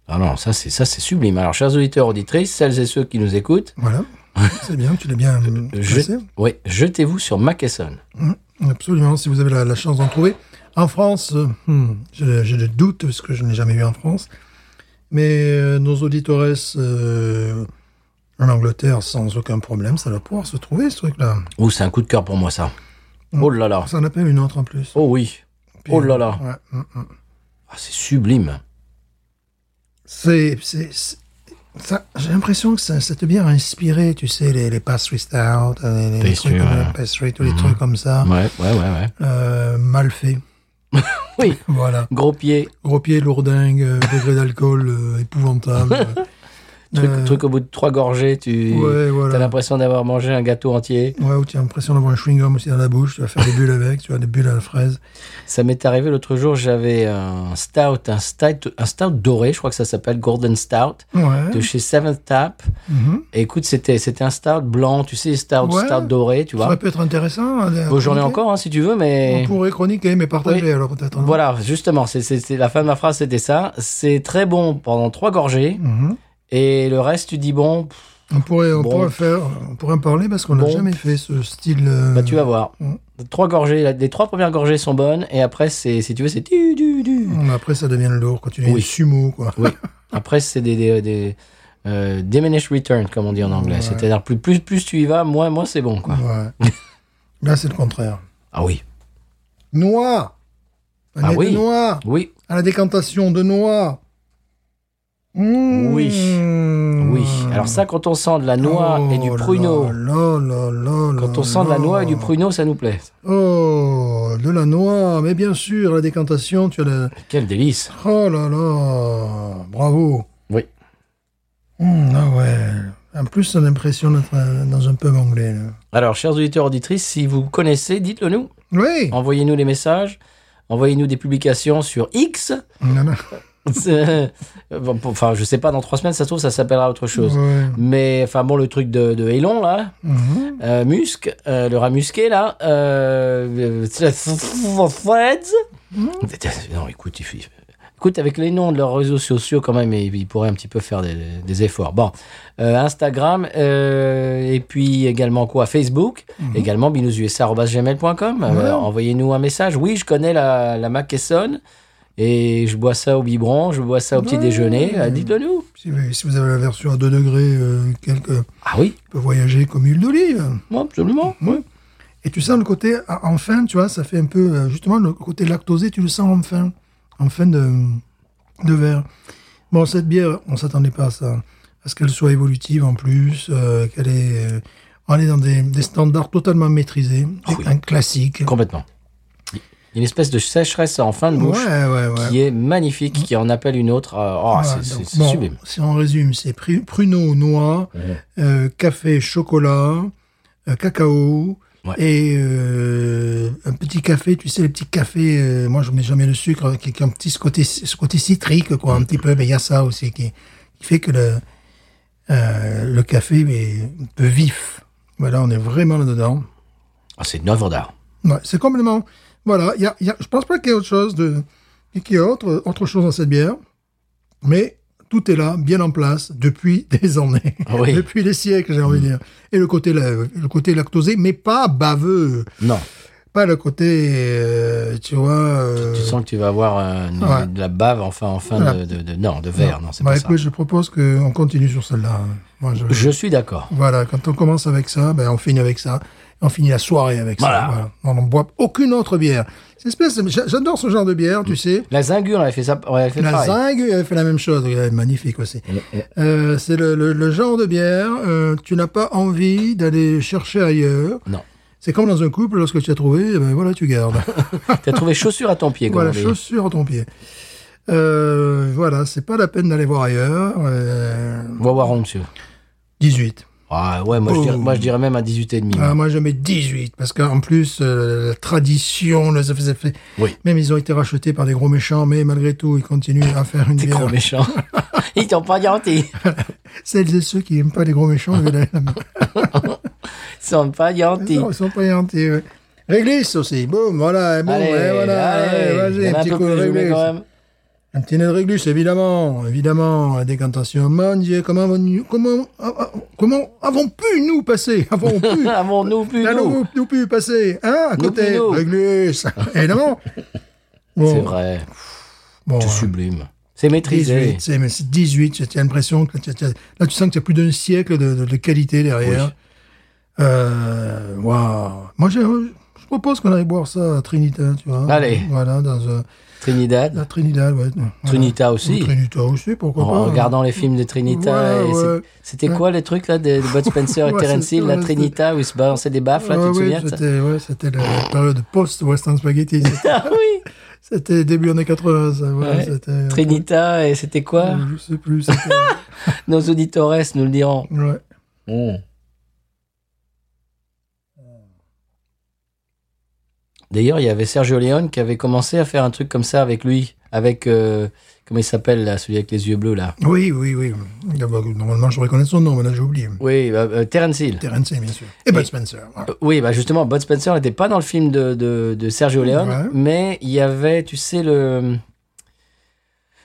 Ah non, ça, c'est ça, c'est sublime. Alors, chers auditeurs, auditrices, celles et ceux qui nous écoutent, Voilà. c'est bien, tu l'as bien je- placé. oui, jetez-vous sur Mackesson. Absolument, si vous avez la, la chance d'en trouver. En France, euh, hmm, j'ai j'ai des doutes parce que je n'ai jamais vu en France. Mais euh, nos auditeurs euh, en Angleterre, sans aucun problème, ça va pouvoir se trouver ce truc-là. Ouh, c'est un coup de cœur pour moi, ça. Mm. Oh là là. Ça en appelle une autre en plus. Oh oui. Puis, oh là là. ouais, mm, mm. Ah, c'est sublime. C'est, c'est, c'est- ça, j'ai l'impression que ça, ça te bien inspiré, tu sais, les, les pastry stout, euh, les, les Bien trucs sûr, comme ouais. Hmm. la pastry, tous les trucs comme ça, Ouais, ouais, ouais, ouais. euh, mal fait. Oui. Voilà. Gros pied, Gros pied, lourdingue, euh, degré d'alcool euh, épouvantable. truc, Euh, truc au bout de trois gorgées, tu Ouais, as voilà. l'impression d'avoir mangé un gâteau entier. Ouais, où tu as l'impression d'avoir un chewing-gum aussi dans la bouche, tu vas faire des bulles avec, tu as des bulles à la fraise. Ça m'est arrivé l'autre jour, j'avais un stout, un stout, un stout doré, je crois que ça s'appelle Golden Stout, Ouais. de chez Seventh Tap. Mhm. Et écoute, c'était c'était un stout blanc, tu sais, stout, Ouais. stout doré, tu Ça aurait vois. pu être intéressant. hein, de- Bon, j'en ai chroniquer. encore, hein, si tu veux, mais... On pourrait chroniquer, mais partager alors peut-être. hein. non Voilà, justement, c'est c'est- c'est- la fin de ma phrase, c'était ça. C'est très bon pendant trois gorgées, Mhm. et le reste, tu dis, bon, pff, On pourrait, on Bon. pourrait faire, on pourrait en parler parce qu'on n'a Bon. jamais fait ce style. euh, bah, tu vas voir. Mhm. Trois gorgées, la- les trois premières gorgées sont bonnes, et après, c'est si tu veux, c'est du, du, du. Après, ça devient lourd quand tu es Oui. sumo, quoi. Oui. Après, c'est des, des, des euh, diminished return, comme on dit en anglais. Ouais. C'est-à-dire, plus, plus, plus tu y vas, moins, moins c'est bon, quoi. Ouais. Là, c'est le contraire. Ah oui. Noix. Ah Panette oui. de noix. Oui. À la décantation de noix. Mmh. Oui. Oui. Alors, ça, quand on sent de la noix et du Oh pruneau, là là là là quand on sent de là. la noix et du pruneau, ça nous plaît. Oh, de la noix. Mais bien sûr, à la décantation, tu as la... Quel délice. Oh là là. Bravo. Oui. Mmh, ah ouais. En plus, on a l'impression d'être euh, dans un pub anglais. là. Alors, chers auditeurs, auditrices, si vous connaissez, dites-le nous. Oui. Envoyez-nous les messages. Envoyez-nous des publications sur X. Non, non. Euh, bon, pour- enfin, je sais pas, dans trois semaines, ça se trouve, ça s'appellera autre chose. Ouais. Mais, enfin, bon, le truc de, de Elon, là, Mhm. euh, Musk, euh, le rat musqué, là, euh, euh, Threads. Non, écoute, il fait- Écoute, avec les noms de leurs réseaux sociaux, quand même, ils, ils pourraient un petit peu faire des, des efforts. Bon, Euh, Instagram, euh, et puis également quoi Facebook, également binoususa.gmail.com. Euh, Ouais. Envoyez-nous un message. Oui, je connais la, la Mackesson, et je bois ça au biberon, je bois ça au petit Ouais. déjeuner. Euh, Dites-le nous. Si, vous- si vous avez la version à 2 degrés, euh, quelques Ah oui, peut voyager comme huile d'olive. moi, absolument. oui. Et tu sens le côté, ah, enfin, tu vois, ça fait un peu, euh, justement, le côté lactosé, tu le sens enfin, en fin de, de verre. Bon, cette bière, on s'attendait pas à ça. À ce qu'elle soit évolutive en plus, euh, qu'elle est, euh, on est dans des, des standards totalement maîtrisés, Ah oui. un classique. Complètement. Il y a Une espèce de sécheresse en fin de Ouais, bouche ouais, ouais. qui est magnifique, qui en appelle une autre. euh, oh, Voilà, c'est- c'est donc, c'est bon, sublime. Si on résume, c'est pru- pruneau, noix, euh, café, chocolat, euh, cacao Ouais. et euh, un petit café. Tu sais, les petits cafés, euh, moi je mets jamais le sucre, euh, qui, qui ont un petit ce côté, ce côté citrique, quoi, un petit peu. Mais il y a ça aussi qui, qui fait que le, euh, le café est un peu vif. Voilà, on est vraiment là-dedans. Ah, c'est une œuvre d'art. Ouais, c'est complètement. Voilà, il y a, il y a- je pense pas qu'il y ait autre chose de, qu'il y ait autre, autre chose dans cette bière, mais tout est là, bien en place, depuis des années, Ah oui. Mm. depuis des siècles, j'ai envie de dire. Et le côté, la- le côté lactosé, mais pas baveux, Non. pas le côté, euh, tu vois. euh, Tu sens que tu vas avoir euh, une- Ouais. de la bave enfin, enfin Voilà. de, de- de- non, de verre. Non, c'est bah, pas écoute, je propose qu'on continue sur celle-là. Moi, je- ça. Je suis d'accord. Voilà, quand on commence avec ça, ben on finit avec ça. On finit la soirée avec Voilà. ça. Voilà. On ne boit aucune autre bière. C'est une espèce, de- j'a- j'adore ce genre de bière, Mm. tu sais. La zingure, elle avait fait ça. Elle avait fait La pareil. zingue elle fait la même chose, elle est magnifique aussi. Euh, c'est le, le- le genre de bière, euh, tu n'as pas envie d'aller chercher ailleurs. Non. Ah, C'est comme dans un couple, lorsque tu as trouvé, eh ben voilà, tu gardes. T'as trouvé chaussure à ton pied, quoi. voilà, chaussure à ton pied. Euh, voilà, c'est pas la peine d'aller voir ailleurs. Euh, On va voir en monsieur. 18. Ah ouais, moi, je Oh. dirais, moi je dirais même à 18 et demi. Ah, moi, je mets 18, parce qu'en plus, euh, la tradition, le, ça fait- ça fait- Oui. même ils ont été rachetés par des gros méchants, mais malgré tout, ils continuent à faire une T'es bière. gros méchant. Ils t'ont pas garanti. Celles et ceux qui aiment pas les gros méchants, ils veulent la- Ils sont pas garantis. Non, ils sont pas gentils, ouais. Réglisse aussi, boum, voilà, et bon, allez, et voilà, allez, allez, il vas-y, y en a un un petit peu coup de plus, je vous mets réglisse. quand même. Un petit nez de réglisse, évidemment, évidemment, la décantation. Mon Dieu, comment avons-nous, comment, ah, ah, comment avons pu nous passer, avons pu, Avons-nous pu nous allons nous pu passer, hein, à Nous côté, plus nous. réglisse, évidemment. Bon, C'est vrai, bon, c'est hein, sublime. C'est maîtrisé. 18, c'est mais c'est 18, j'ai- j'ai l'impression que t'as- t'as- là tu sens que tu as plus d'un siècle de, de- de qualité derrière. Euh, waouh. Moi j'ai- je propose qu'on aille boire ça à Trinidad, tu vois. Allez. Voilà, dans un- Trinidad. à Trinidad, ouais. Voilà. Trinita aussi. Trinidad aussi, pourquoi En pas. hein. regardant les films de Trinita. Ah, Ouais, et c'est- ouais. C'était quoi les trucs là de, de Bud Spencer et Ouais, Terence c'est Hill, ça, la ouais, Trinita où ils se balançaient des baffes là, Ouais, tu te ouais, souviens de ça c'était, ouais, c'était la période post-Western Spaghetti. C'était- Ah oui C'était début années 80, ça. Ouais, Ouais. c'était- Trinita et c'était quoi Je sais plus. c'était- Nos auditeurs nous le diront. ouais. D'ailleurs, il y avait Sergio Leone qui avait commencé à faire un truc comme ça avec lui, avec euh, comment il s'appelle là, celui avec les yeux bleus là. Oui, oui, oui. D'abord, Normalement, je reconnais son nom, mais là, j'ai oublié. Oui, bah, euh, Terence Hill. Terence Hill, bien sûr. Et Bud Spencer. voilà. Euh, Oui, bah justement, Bud Spencer n'était pas dans le film de, de, de Sergio Leone, Ouais. mais il y avait, tu sais, le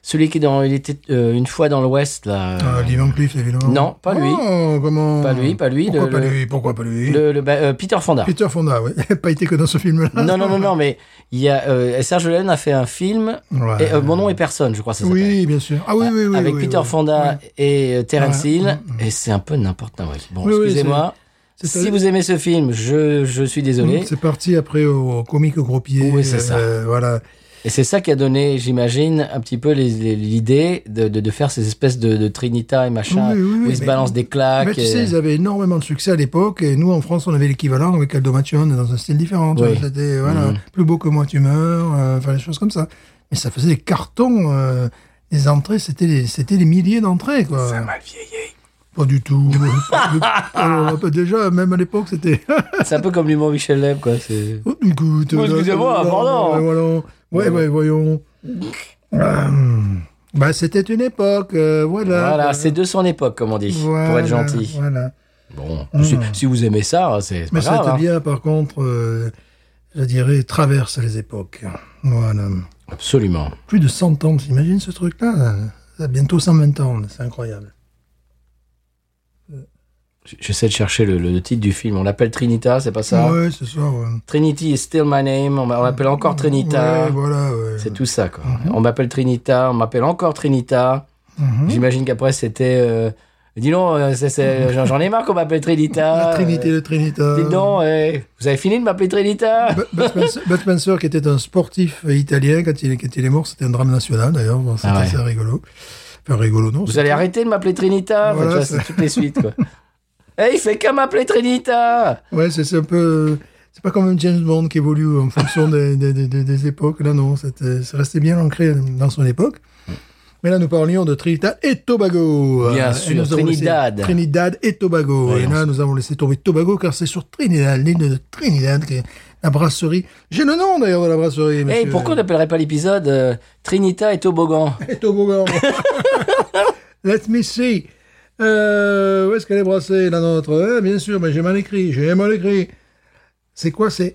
celui qui est dans, il était euh, une fois dans l'Ouest là. Euh, Lee Van Cleef, évidemment. Non, pas lui. Oh, comment Pas lui, pas lui, Pourquoi le- pas le- lui Pourquoi pas lui Le, le- bah, euh, Peter Fonda. Peter Fonda, oui. pas été que dans ce film-là. Non, non, non, non, mais il y a euh, Sergio Leone a fait un film. Ouais. et, euh, Mon nom est personne, je crois. que Ça s'appelle. Oui, bien sûr. Ah oui, oui, oui. Euh, avec oui, Peter oui. Fonda et euh, Terence Ouais. Hill, Mm, et c'est un peu n'importe quoi. Bon, Oui, oui, excusez-moi. c'est- c'est- Si vous aimez ce film, je, je suis désolé. C'est parti après au comique au gros pied. Oui, c'est ça. euh, voilà. Et c'est ça qui a donné, j'imagine, un petit peu les- les- l'idée de, de, de faire ces espèces de, de Trinita et machin, Oui, oui, oui, où ils se mais- balancent des claques. Mais tu et- sais, ils avaient énormément de succès à l'époque, et nous, en France, on avait l'équivalent avec Aldo Mation, dans un style différent. tu Oui. vois, C'était, voilà, Mhm. plus beau que moi tu meurs, euh, enfin, des choses comme ça. Mais ça faisait des cartons, euh, les entrées, c'était des, c'était des milliers d'entrées, quoi. Ça Ah, m'a vieilli. Pas du tout. Pas du- Alors, bah, déjà, même à l'époque, c'était. C'est un peu comme l'humour Michel Leb, quoi. c'est- Oh, Écoute, Oh, excusez-moi, voilà, voilà, pardon. voilà. Ouais, ouais, voyons. Hum. bah, c'était une époque, euh, voilà. Voilà, c'est de son époque, comme on dit, pour Voilà, être gentil. Voilà. Bon, si, si vous aimez ça, c'est c'est pas Mais grave. c'était hein. bien, par contre, euh, je dirais, traverse les époques. Voilà. Absolument. Plus de 100 ans, t'imagines ce truc-là Ça a Bientôt 120 ans, c'est incroyable. J- J'essaie de chercher le, le titre du film. On l'appelle Trinita, c'est pas ça Ouais, c'est ça, ouais. Trinity is still my name. On m'a- on m'appelle encore Trinita. Ouais, voilà, ouais. C'est tout ça, quoi. On m'appelle Trinita, on m'appelle encore Trinita. Mhm. J'imagine qu'après, c'était... euh, Dis donc, euh, c'est- c'est- j'en- j'en ai marre qu'on m'appelle Trinita. La Trinité Euh, de Trinita. Dis donc, euh, vous avez fini de m'appeler Trinita Bud- Bud Spencer, Bud Spencer, qui était un sportif italien, quand il, quand il est mort, c'était un drame national d'ailleurs. Bon, c'était Ah ouais. assez rigolo. Enfin, rigolo, non. Vous allez arrêter de m'appeler Trinita Enfin, Voilà, tu vois, C'est c'est- toutes les suites, quoi. Eh, il fait qu'à m'appeler Trinita Ouais, c'est c'est un peu. C'est pas comme James Bond qui évolue en fonction des, des, des, des- des époques. Là, non, c'était- c'est resté bien ancré dans son époque. Mais là, nous parlions de Trinidad et Tobago. Bien Euh, et sûr, nous avons Trinidad. laissé- Trinidad et Tobago. Ouais, et là, nous avons laissé tomber Tobago car c'est sur Trinidad, l'île de Trinidad, que la brasserie. J'ai le nom d'ailleurs de la brasserie. Eh, monsieur. pourquoi on n'appellerait pas l'épisode euh, Trinita et Toboggan Et Toboggan. Let me see. Euh, où est-ce qu'elle est brassée là dans notre Eh, Bien sûr, mais j'ai mal écrit. J'ai mal écrit. C'est quoi C'est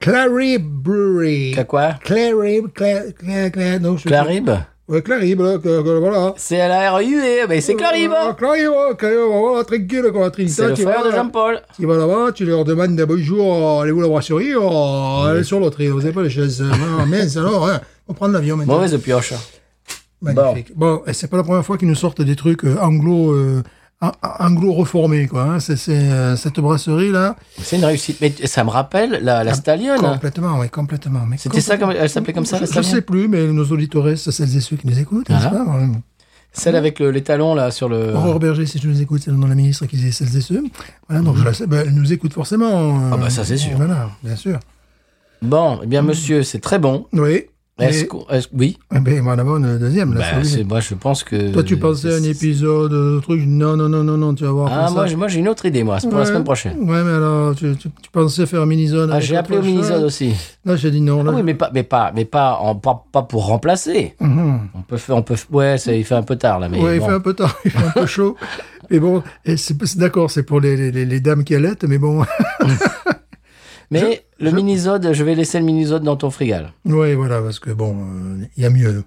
Clary Brewery. Qu'à quoi Clary, Clary, Clary, Clary, non, je- Clarib Ouais, Clary, voilà, que- que- voilà. C'est à la RUE, ben c'est Clarib Ah, Clary, voilà, Clary, voilà, tranquille, quoi, Trinidad, C'est le tu frère vas- de Jean-Paul. Tu vas là-bas, tu leur demandes des bonjour, allez-vous à la brasserie Oh, Allez sur l'autre, île, vous n'avez pas les chaises. Ah, mince, alors, hein, on prend l'avion maintenant. Mauvaise pioche. hein. Magnifique. Bon, et c'est pas la première fois qu'ils nous sortent des trucs euh, anglo, euh, a- a- anglo reformés, quoi. hein. C'est, c'est, euh, cette brasserie là. C'est une réussite. Mais t- ça me rappelle la, Ah, la Stallion. hein. Complètement, oui, complètement. mais C'était ça, complètement. comme- elle s'appelait comme ça, la Je, je Stallion sais plus, mais nos auditeurs, celles et ceux qui nous écoutent, n'est-ce Voilà. Euh. pas Celle avec le- les talons, là, sur le. Aurore Berger, si tu nous écoutes, c'est le nom de la ministre qui disait celles et ceux. Voilà, Mm-hmm. donc je la sais, ben, elle nous écoute forcément. euh, Ah bah, ça, c'est sûr. Voilà, bien sûr. Bon, eh bien, monsieur, c'est très bon. Oui. Mm. Est-ce Mais- qu'on- est-ce- oui. Eh ben, moi d'abord, le deuxième. là, Bah, c'est obligé. c'est- moi, je pense que. Toi, tu pensais à un épisode, euh, truc. Non, non, non, non, non, tu vas voir. Ah, comme moi, ça. j'ai- moi, j'ai une autre idée, moi. C'est pour la Ouais. semaine prochaine. Ouais, mais alors, tu, tu- tu pensais faire mini-zone. Ah, avec j'ai autre appelé au chose. mini-zone aussi. Là, j'ai dit non. Là. Ah oui, mais pas, mais pas, mais pas, en- pas, pas pour remplacer. Mhm. On peut faire, on peut, f- ouais, ça, il fait un peu tard là, mais ouais, il bon. fait un peu tard, il fait un peu chaud. Mais bon, et c'est c'est d'accord, c'est pour les, les- les- les dames qui allaitent, mais bon, mais le mini-zode, je vais laisser le mini-zode dans ton frigal. ouais, voilà, parce que bon, euh, il y a mieux,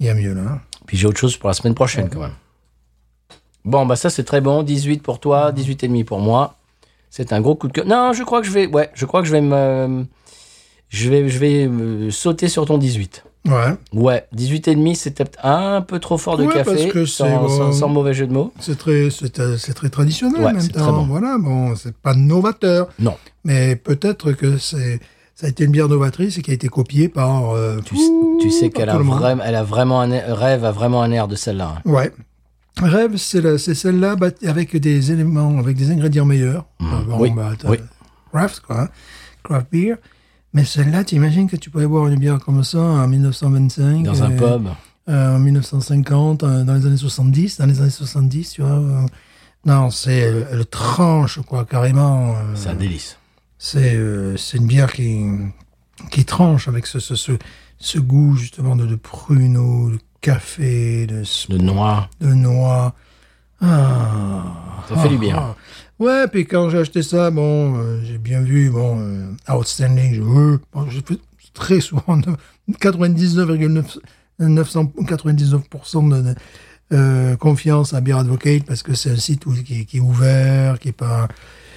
il y a mieux là. hein. Puis j'ai autre chose pour la semaine prochaine quand même. Bon, bah ça c'est très bon, 18 pour toi, 18 et demi pour moi. C'est un gros coup de cœur. Non, je crois que je vais, ouais, je crois que je vais me, je vais, je vais me sauter sur ton 18. Ouais, Ouais, 18 et demi, c'est peut-être un peu trop fort de Ouais, café, parce que c'est, sans, sans- euh, sans mauvais jeu de mots. c'est très, c'est euh, c'est très traditionnel Ouais, en même c'est très temps. bon. Voilà, bon, c'est pas novateur, Non, mais peut-être que c'est, ça a été une bière novatrice et qui a été copiée par. euh, tu, tu sais par qu'elle a, tout le monde. vraiment, elle a vraiment un air- rêve, a vraiment un air de celle-là. hein. Ouais. Rêve, c'est la- c'est celle-là bah, avec des éléments, avec des ingrédients meilleurs. Ah, bon, Mmh. oui, bah, t'as- oui. Craft, quoi. hein, Craft beer. Mais celle-là, t'imagines que tu pouvais boire une bière comme ça en 1925. Dans un euh, pub. euh, en 1950, euh, dans les années 70. Dans les années 70, tu vois. euh, non, c'est elle, elle tranche, quoi, carrément. euh, C'est un délice. c'est euh, c'est une bière qui, qui tranche avec ce, ce, ce, ce goût, justement, de, de pruneau, de café, de De noir. de noix. Ah, Ça fait du bien. ah. Ouais, puis quand j'ai acheté ça, bon, euh, j'ai bien vu, bon, euh, outstanding, je, euh, bon, je fais très souvent de- 99,999% de, de, euh, confiance à Beer Advocate parce que c'est un site où- qui, qui est ouvert, qui est pas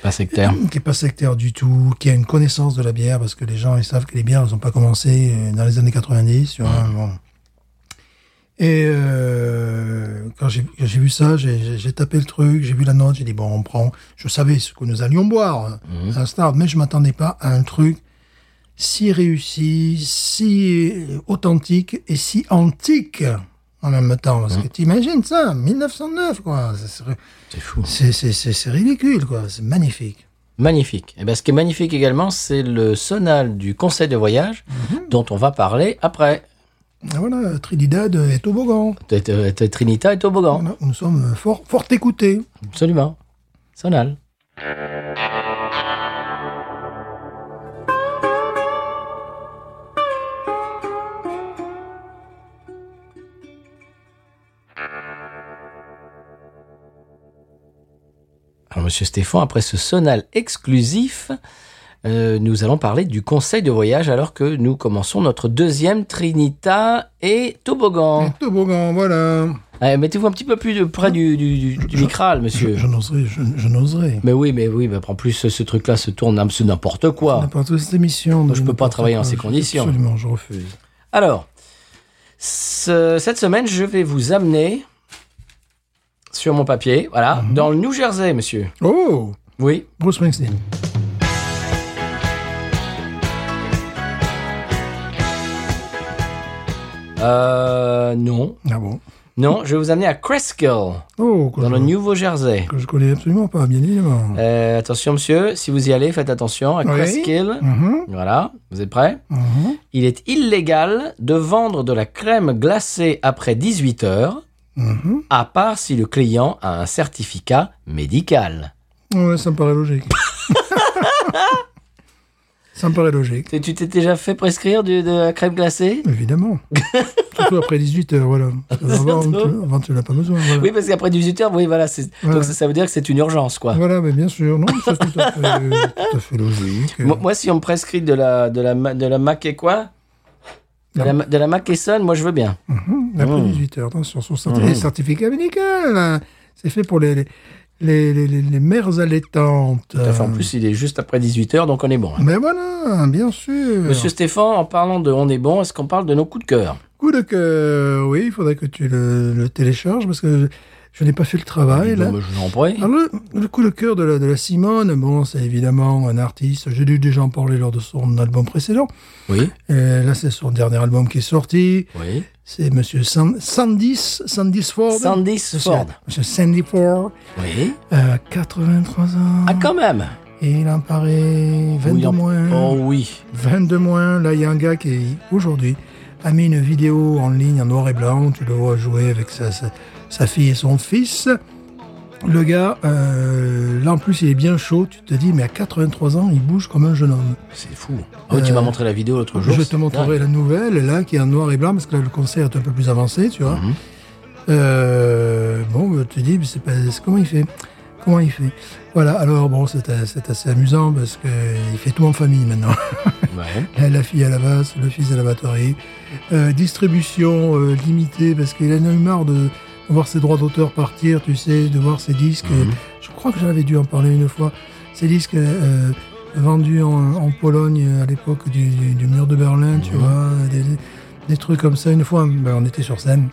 Pas sectaire. qui est pas sectaire du tout, qui a une connaissance de la bière parce que les gens ils savent que les bières elles ont pas commencé euh, dans les années 90 tu vois, bon. Et euh, quand j'ai quand j'ai vu ça, j'ai- j'ai j'ai tapé le truc, j'ai vu la note, j'ai dit bon on prend. Je savais ce que nous allions boire hein, à Stard, mais je m'attendais pas à un truc si réussi, si euh, authentique et si antique en même temps. Parce que t'imagines ça, 1909 quoi, C'est- C'est fou. c'est c'est- c'est- c'est ridicule quoi, c'est magnifique. Magnifique. Et ben, ce qui est magnifique également, c'est le sonal du conseil de voyage dont on va parler après. Ah Voilà, Trinidad et Tobago. T- t- t- Trinita et Tobogan. Voilà, nous sommes fort, fort écoutés. Absolument. Sonal. Alors, monsieur Stéphane, après ce sonal exclusif, euh, nous allons parler du conseil de voyage alors que nous commençons notre deuxième Trinita et Tobogan. Et Tobago, voilà. Allez, Mettez-vous un petit peu plus de près du, du, du- du micral, monsieur. Je, je n'oserais, je, je n'oserais. Mais oui, mais oui, mais en plus, ce, ce truc-là se tourne à c'est n'importe quoi. N'importe où, cette émission. je peux pas n'importe travailler en quoi, ces je- conditions. Absolument, je refuse. Alors, ce- cette semaine, je vais vous amener sur mon papier, voilà, dans le New Jersey, monsieur. Oh Oui, Bruce Springsteen. euh, non, Ah bon non, je vais vous amener à Cresskill, Oh, que dans je, le Nouveau Jersey. que je connais absolument pas, bien évidemment. Euh, attention, monsieur, si vous y allez, faites attention à Oui. Cresskill. Mhm, Voilà, vous êtes prêts mhm, Il est illégal de vendre de la crème glacée après 18 heures. mhm. à part si le client a un certificat médical. Ouais, ça me paraît logique. ça me paraît logique. Tu t'es déjà fait prescrire du- de la crème glacée Évidemment. Surtout après 18 heures, voilà. Parce que Avant, tu- avant, tu n'as pas besoin. Voilà. Oui, parce qu'après 18 heures, oui, voilà. c'est- Ouais, Donc ouais. ça, ça veut dire que c'est une urgence, quoi. Voilà, mais bien sûr, non, ça, c'est tout à fait, tout à fait logique. Moi, moi, si on me prescrit de la, de la, ma- de la mac et quoi de la, ma- de la Macaisson, moi je veux bien. Mmh, Après 18 heures, attention, son certi- Mmh. et certificat médical, hein. c'est fait pour les, les, les, les- les- les mères allaitantes. Enfin, en plus, il est juste après 18 heures, donc on est bon. hein. Mais voilà, bien sûr. Monsieur Stéphane, en parlant de on est bon, est-ce qu'on parle de nos coups de cœur Coup de cœur, oui, il faudrait que tu le, le télécharges parce que je, je n'ai pas fait le travail Ah, là. Ah. Non, mais Je vous en prie. Alors, le, le coup de cœur de la, de la Simone, bon, c'est évidemment un artiste. J'ai dû déjà en parler lors de son album précédent. Oui, Et là, c'est son dernier album qui est sorti. oui. C'est Monsieur San- Sandis, Sandis Ford. Sandy Monsieur- Ford. Monsieur Sandy Ford, Oui. euh, 83 ans. Ah, quand même Et il en paraît 22 Oui, en- moins. Oh oui. 22 moins. Là, il y a un gars qui, est- aujourd'hui, a mis une vidéo en ligne en noir et blanc où tu le vois jouer avec sa, sa, sa fille et son fils. Le gars, euh, là en plus il est bien chaud, tu te dis mais à 83 ans il bouge comme un jeune homme. C'est fou. Oh, tu m'as montré la vidéo l'autre jour. Euh, Je te c'est montrerai dingue. la nouvelle, là, qui est en noir et blanc, parce que là, le concert est un peu plus avancé, tu vois. Mhm. Euh, bon, bah, tu te dis, mais c'est pas, c'est- comment il fait Comment il fait Voilà, alors, bon, c'est a- c'est assez amusant, parce que il fait tout en famille, maintenant. Ouais. La, la fille à la basse, le fils à la batterie. Euh, distribution euh, limitée, parce qu'il en a eu marre de voir ses droits d'auteur partir, tu sais, de voir ses disques. Mhm. Je crois que j'avais dû en parler une fois. Ces disques euh, vendus en, en Pologne euh, à l'époque du, du- du mur de Berlin, tu Mhm. vois, des, des trucs comme ça. Une fois, ben, on était sur scène.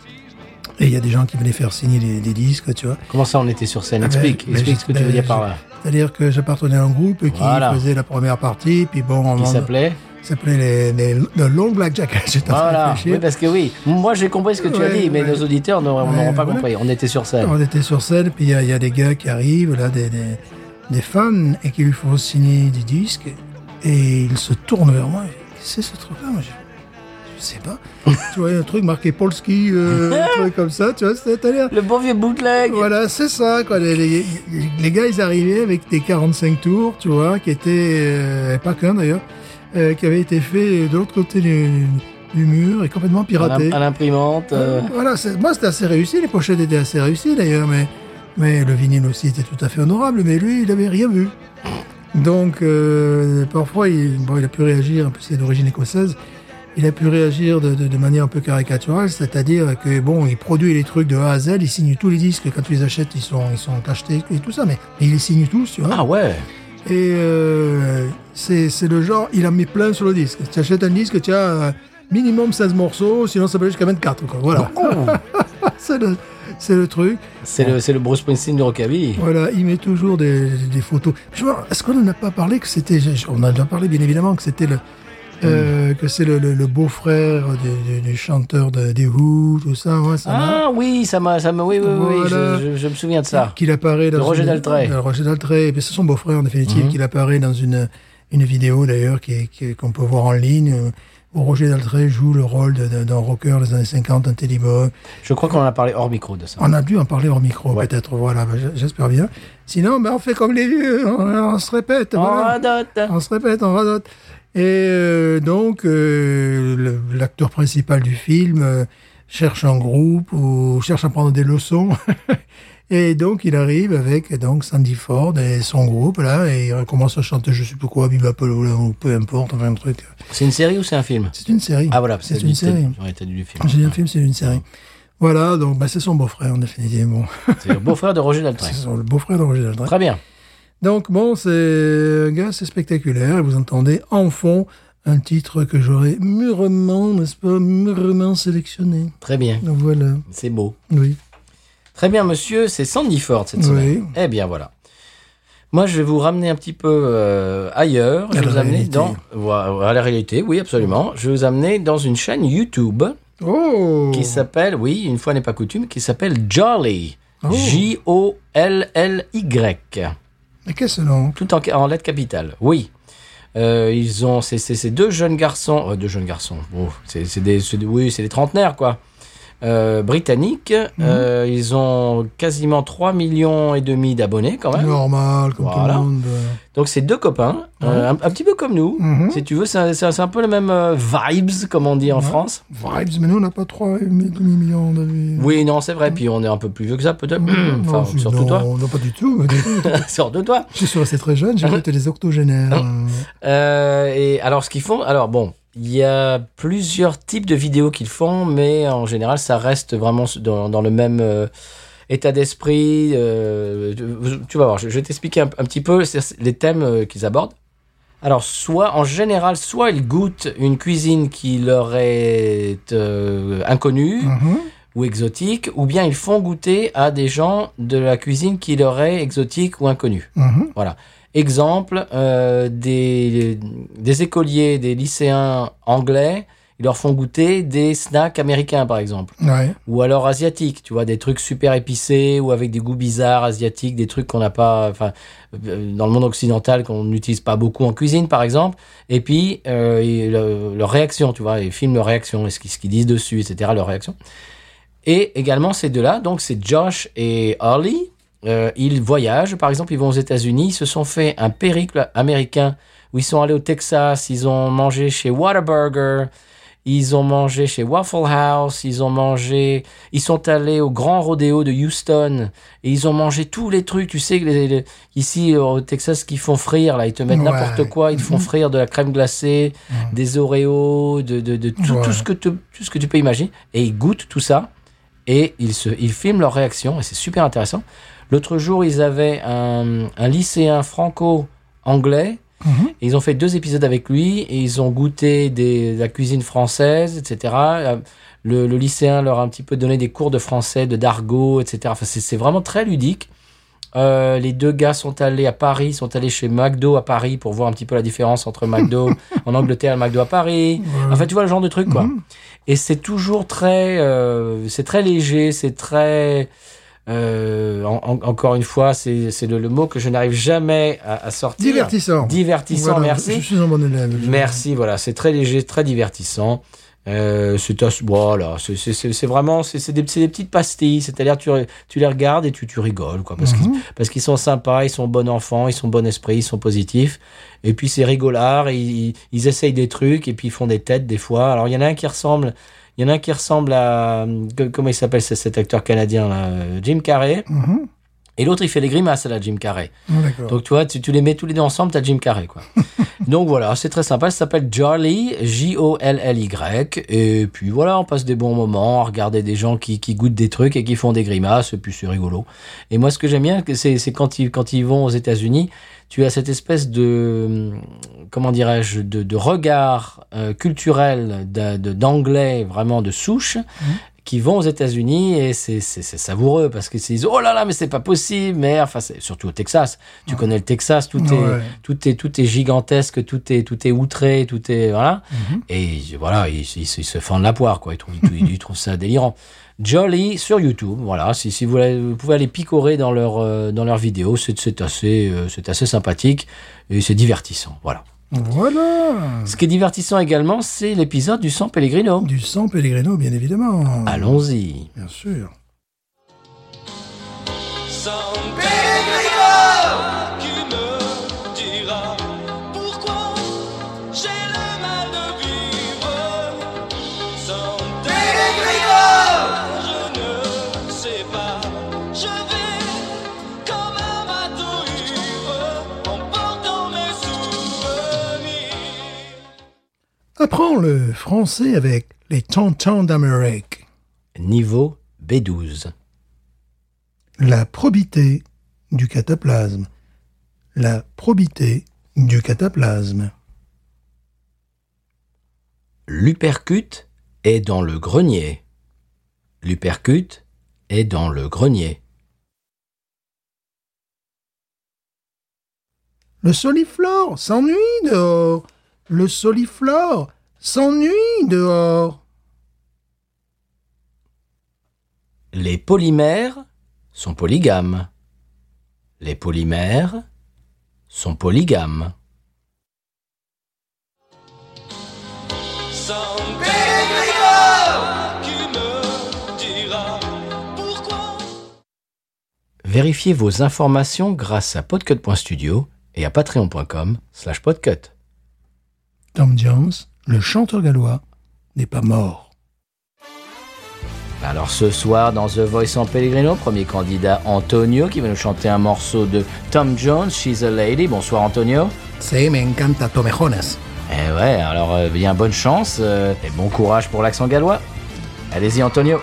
Et il y a des gens qui venaient faire signer des, des disques, tu vois. Comment ça, on était sur scène Ah, ben, Explique, ben, explique ce que tu ben, veux dire par je- là. C'est-à-dire que j'appartenais à un groupe qui Voilà. faisait la première partie, puis bon, on Qui vend- s'appelait s'appelait les, les, le Long Black Jacket. J'étais en train de Voilà. réfléchir. Oui, parce que oui. Moi, j'ai compris ce que tu as Ouais, dit, mais ouais. nos auditeurs n'auront Ouais, n'auront pas voilà. compris. On était sur scène. On était sur scène, puis il y, a- il y a des gars qui arrivent, là, des, des, des fans, et qui lui font signer des disques. Et il se tourne vers moi. C'est ce truc-là, moi, je, je sais pas. tu vois, il y a un truc marqué Polski, euh, un truc comme ça, tu vois, c'était l'air. Le bon vieux bootleg. Voilà, c'est ça, quoi. Les, les- les gars, ils arrivaient avec des 45 tours, tu vois, qui étaient, euh, pas qu'un d'ailleurs, euh, qui avaient été faits de l'autre côté du, du mur et complètement À l'im- piratés. à l'imprimante. euh, Voilà, c'est- moi c'était assez réussi, les pochettes étaient assez réussies d'ailleurs, mais, mais le vinyle aussi était tout à fait honorable, mais lui il n'avait rien vu. Donc euh, parfois il, bon, il a pu réagir, en plus il est d'origine écossaise, il a pu réagir de, de- de manière un peu caricaturale, c'est-à-dire que bon, il produit les trucs de A à Z, il signe tous les disques, quand tu les achètes ils sont, ils sont cachetés et tout ça, mais il les signe tous, tu vois. Ah ouais. Et euh, c'est c'est le genre, il en met plein sur le disque. Tu achètes un disque, tu as euh, minimum 16 morceaux, sinon ça peut aller jusqu'à 24. Quoi. Voilà. c'est le, c'est le truc. C'est le, c'est le Bruce Springsteen du rockabilly. Voilà, il met toujours des, des photos. Je vois, Est-ce qu'on n'en a pas parlé que c'était. je- je- On en a déjà parlé, bien évidemment, que c'était le. euh, que c'est le, le- le beau-frère du, du- du chanteur de, des Who, tout ça, ouais, ça m'a- Ah oui, ça m'a, ça m'a, oui, oui, oui, oui, Voilà. je, je- je me souviens de ça. Qu'il apparaît dans De Roger une- Daltrey. Mhm. de Roger Daltrey, Eh mais c'est son beau-frère en définitive, qu'il apparaît dans une une vidéo d'ailleurs qui est- qui est- qu'on peut voir en ligne euh, où Roger Daltrey joue le rôle de- de- d'un rocker des années 50, un Teddy Boy. Je crois qu'on en a parlé hors micro de ça. On a dû en parler hors micro Ouais. peut-être, voilà, bah, j- j'espère bien. Sinon, bah, on fait comme les vieux, on, on se répète. Oh, voilà. radote. On se répète, on radote. Et euh, donc, euh, le- l'acteur principal du film euh, cherche un groupe ou cherche à prendre des leçons. et donc, il arrive avec donc Sandy Ford et son groupe là, et il commence à chanter, je sais plus quoi, Bebop ou peu importe, enfin un truc. C'est une série ou c'est un film C'est une série. Ah voilà, c'est du- une série. Ouais, t'as dit du film. J'ai dit un film, c'est une série. Voilà, donc bah, c'est son beau-frère en définitive. Bon, C'est le beau-frère de Roger Daltrey. c'est son- le beau-frère de Roger Daltrey. Très bien. Donc bon, c'est un gars, c'est spectaculaire. Et vous entendez en fond un titre que j'aurais mûrement, n'est-ce pas, mûrement sélectionné. Très bien. Donc voilà, C'est beau. oui. Très bien, monsieur. C'est Sandy Ford cette Oui. semaine. Eh bien, voilà. Moi, je vais vous ramener un petit peu euh, ailleurs. Je À vais la vous amener réalité. dans. Voilà, à la réalité, oui, absolument. Je vais vous amener dans une chaîne YouTube Oh qui s'appelle, oui, une fois n'est pas coutume, qui s'appelle Jolly. Oh. J-O-L-L-Y. Mais qu'est-ce donc Tout en, en lettres capitales, oui. Euh, ils ont ces, ces- ces deux jeunes garçons, euh, deux jeunes garçons, bon, c'est c'est des, c'est des- oui, c'est des trentenaires quoi, Euh, britanniques. Mhm. euh, ils ont quasiment 3 millions et demi d'abonnés quand même. Normal, comme Voilà. tout le monde. Donc c'est deux copains, euh, un, un petit peu comme nous, Mhm. si tu veux, c'est un- c'est un c'est un peu les mêmes euh, vibes comme on dit en Ouais. France. Vibes, mais nous, on n'a pas 3,5 millions d'amis. Oui, non, c'est vrai. Puis on est un peu plus vieux que ça peut-être, enfin Mhm. non, c'est- surtout non, toi, Non, pas du tout. mais du tout. surtout toi. je suis resté très jeune, j'ai cru que t'étais les Ah. octogénaires. Euh, et alors, ce qu'ils font, alors bon, il y a plusieurs types de vidéos qu'ils font, mais en général, ça reste vraiment dans, dans le même euh, état d'esprit. euh, tu, tu vas voir, je, je vais t'expliquer un, un petit peu c'est- les thèmes euh, qu'ils abordent. Alors, soit en général, soit ils goûtent une cuisine qui leur est euh, inconnue Mhm. ou exotique, ou bien ils font goûter à des gens de la cuisine qui leur est exotique ou inconnue. Mhm. Exemple, euh, des, des écoliers, des lycéens anglais ils leur font goûter des snacks américains, par exemple. Ouais. Ou alors asiatiques, tu vois, des trucs super épicés ou avec des goûts bizarres asiatiques, des trucs qu'on n'a pas, enfin, euh, dans le monde occidental, qu'on n'utilise pas beaucoup en cuisine, par exemple. Et puis, euh, et le- leur réaction, tu vois, ils filment leur réaction, et ce qu'ils ce qu'ils disent dessus, etc., leur réaction. Et également, ces deux-là, donc c'est Josh et Harley, euh, ils voyagent, par exemple, ils vont aux États-Unis, ils se sont fait un périple américain où ils sont allés au Texas, ils ont mangé chez Whataburger, ils ont mangé chez Waffle House, ils ont mangé, ils sont allés au Grand Rodéo de Houston et ils ont mangé tous les trucs, tu sais, que les- les- ici au Texas, qu'ils font frire, là, ils te mettent Ouais. n'importe quoi, ils te font frire de la crème glacée, des Oreos, de, de, de tout, Ouais. tout ce que tu, tout ce que tu peux imaginer et ils goûtent tout ça et ils, se, ils filment leurs réactions et c'est super intéressant. L'autre jour, ils avaient un, un lycéen franco-anglais. Mhm. et Ils ont fait deux épisodes avec lui et ils ont goûté des, de la cuisine française, etc. Euh, Le, le lycéen leur a un petit peu donné des cours de français, de d'argot, etc. Enfin, c'est c'est vraiment très ludique. Euh, les deux gars sont allés à Paris, sont allés chez McDo à Paris pour voir un petit peu la différence entre McDo en Angleterre et McDo à Paris. Enfin, tu vois le genre de truc, quoi. Et c'est toujours très, euh, c'est très léger, c'est très, euh, en- en- encore une fois, c'est c'est le, le mot que je n'arrive jamais à, à sortir. Divertissant. Divertissant, Voilà, Je, merci. je suis un bon élève. Je- Merci, voilà, c'est très léger, très divertissant. Euh, c'est un- voilà, c'est- c'est c'est- c'est vraiment c'est c'est des, c'est des petites pastilles, c'est-à-dire tu, tu les regardes et tu, tu rigoles quoi Mhm. parce qu'ils parce qu'ils sont sympas, ils sont bons enfants, ils sont bon esprit, ils sont positifs et puis c'est rigolard, et ils, ils essayent des trucs et puis ils font des têtes des fois. Alors il y en a un qui ressemble, il y en a un qui ressemble à que- comment il s'appelle c'est cet acteur canadien là, euh, Jim Carrey Mhm. et l'autre il fait les grimaces à la Jim Carrey. D'accord. Donc tu vois, tu, tu les mets tous les deux ensemble, t'as Jim Carrey quoi. Donc voilà, c'est très sympa. Ça s'appelle Jolly, J-O-L-L-Y. Et puis voilà, on passe des bons moments, à regarder des gens qui, qui goûtent des trucs et qui font des grimaces. Et puis c'est rigolo. Et moi, ce que j'aime bien, que c'est c'est quand ils quand ils vont aux États-Unis, tu as cette espèce de comment dirais-je de, de regard euh, culturel d'un- de- d'anglais vraiment de souche qui vont aux États-Unis et c'est c'est- c'est savoureux parce qu'ils se disent oh là là mais c'est pas possible mais enfin c'est- surtout au Texas tu connais le Texas tout est Ouais. tout est tout est gigantesque tout est tout est outré tout est voilà et ils- voilà ils, ils- ils se fendent la poire quoi ils trouvent ils, ils trouvent ça délirant Jolly sur YouTube voilà si, si vous, voulez- vous pouvez aller picorer dans leur euh, dans leurs vidéos c'est c'est assez euh, c'est assez sympathique et c'est divertissant voilà Voilà. ce qui est divertissant également c'est l'épisode du San Pellegrino Du sang Pellegrino, bien évidemment. allons-y Bien sûr. Sans Pellegrino, qui me dira pourquoi j'ai le mal de vivre. Sans Pellegrino, je ne sais pas. Je vais comme un bateau ivre en portant mes souvenirs. Apprends le français avec les tontons d'Amérique. niveau B12 La probité du cataplasme. La probité du cataplasme. L'upercute est dans le grenier L'upercute est dans le grenier Le soliflore s'ennuie dehors. Le soliflore s'ennuie dehors. Les polymères sont polygames. Les polymères sont polygames. Sans Pellegrino, qui me dira pourquoi. Vérifiez vos informations grâce à podcut.studio et à patreon.com slash podcut. Tom Jones, le chanteur gallois, n'est pas mort. Alors ce soir, dans The Voice en Pellegrino, premier candidat Antonio qui va nous chanter un morceau de Tom Jones, She's a Lady. Bonsoir Antonio. C'est me encanta tomejones. Eh ouais, alors euh, bien bonne chance euh, et bon courage pour l'accent gallois. Allez-y Antonio.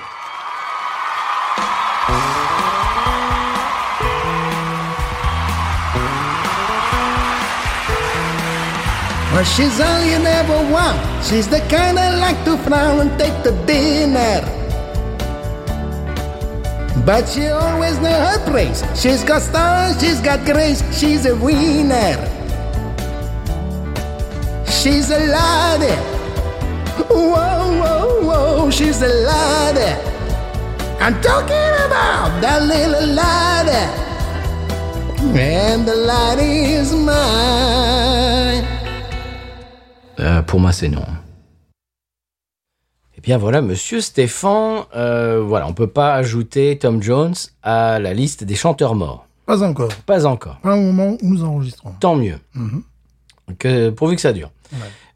Well, she's all you never want. She's the kind I like to frown and take the dinner. But she always knows her place. She's got style, she's got grace, she's a winner. She's a lady, Whoa, whoa, whoa, she's a lady. I'm talking about that little lady. And the lady is mine. Euh, pour moi, c'est non. Eh bien voilà, monsieur Stéphane, euh, voilà, on peut pas ajouter Tom Jones à la liste des chanteurs morts. Pas encore. Pas encore. Pas au moment où nous enregistrons. Tant mieux. Que- pourvu que ça dure.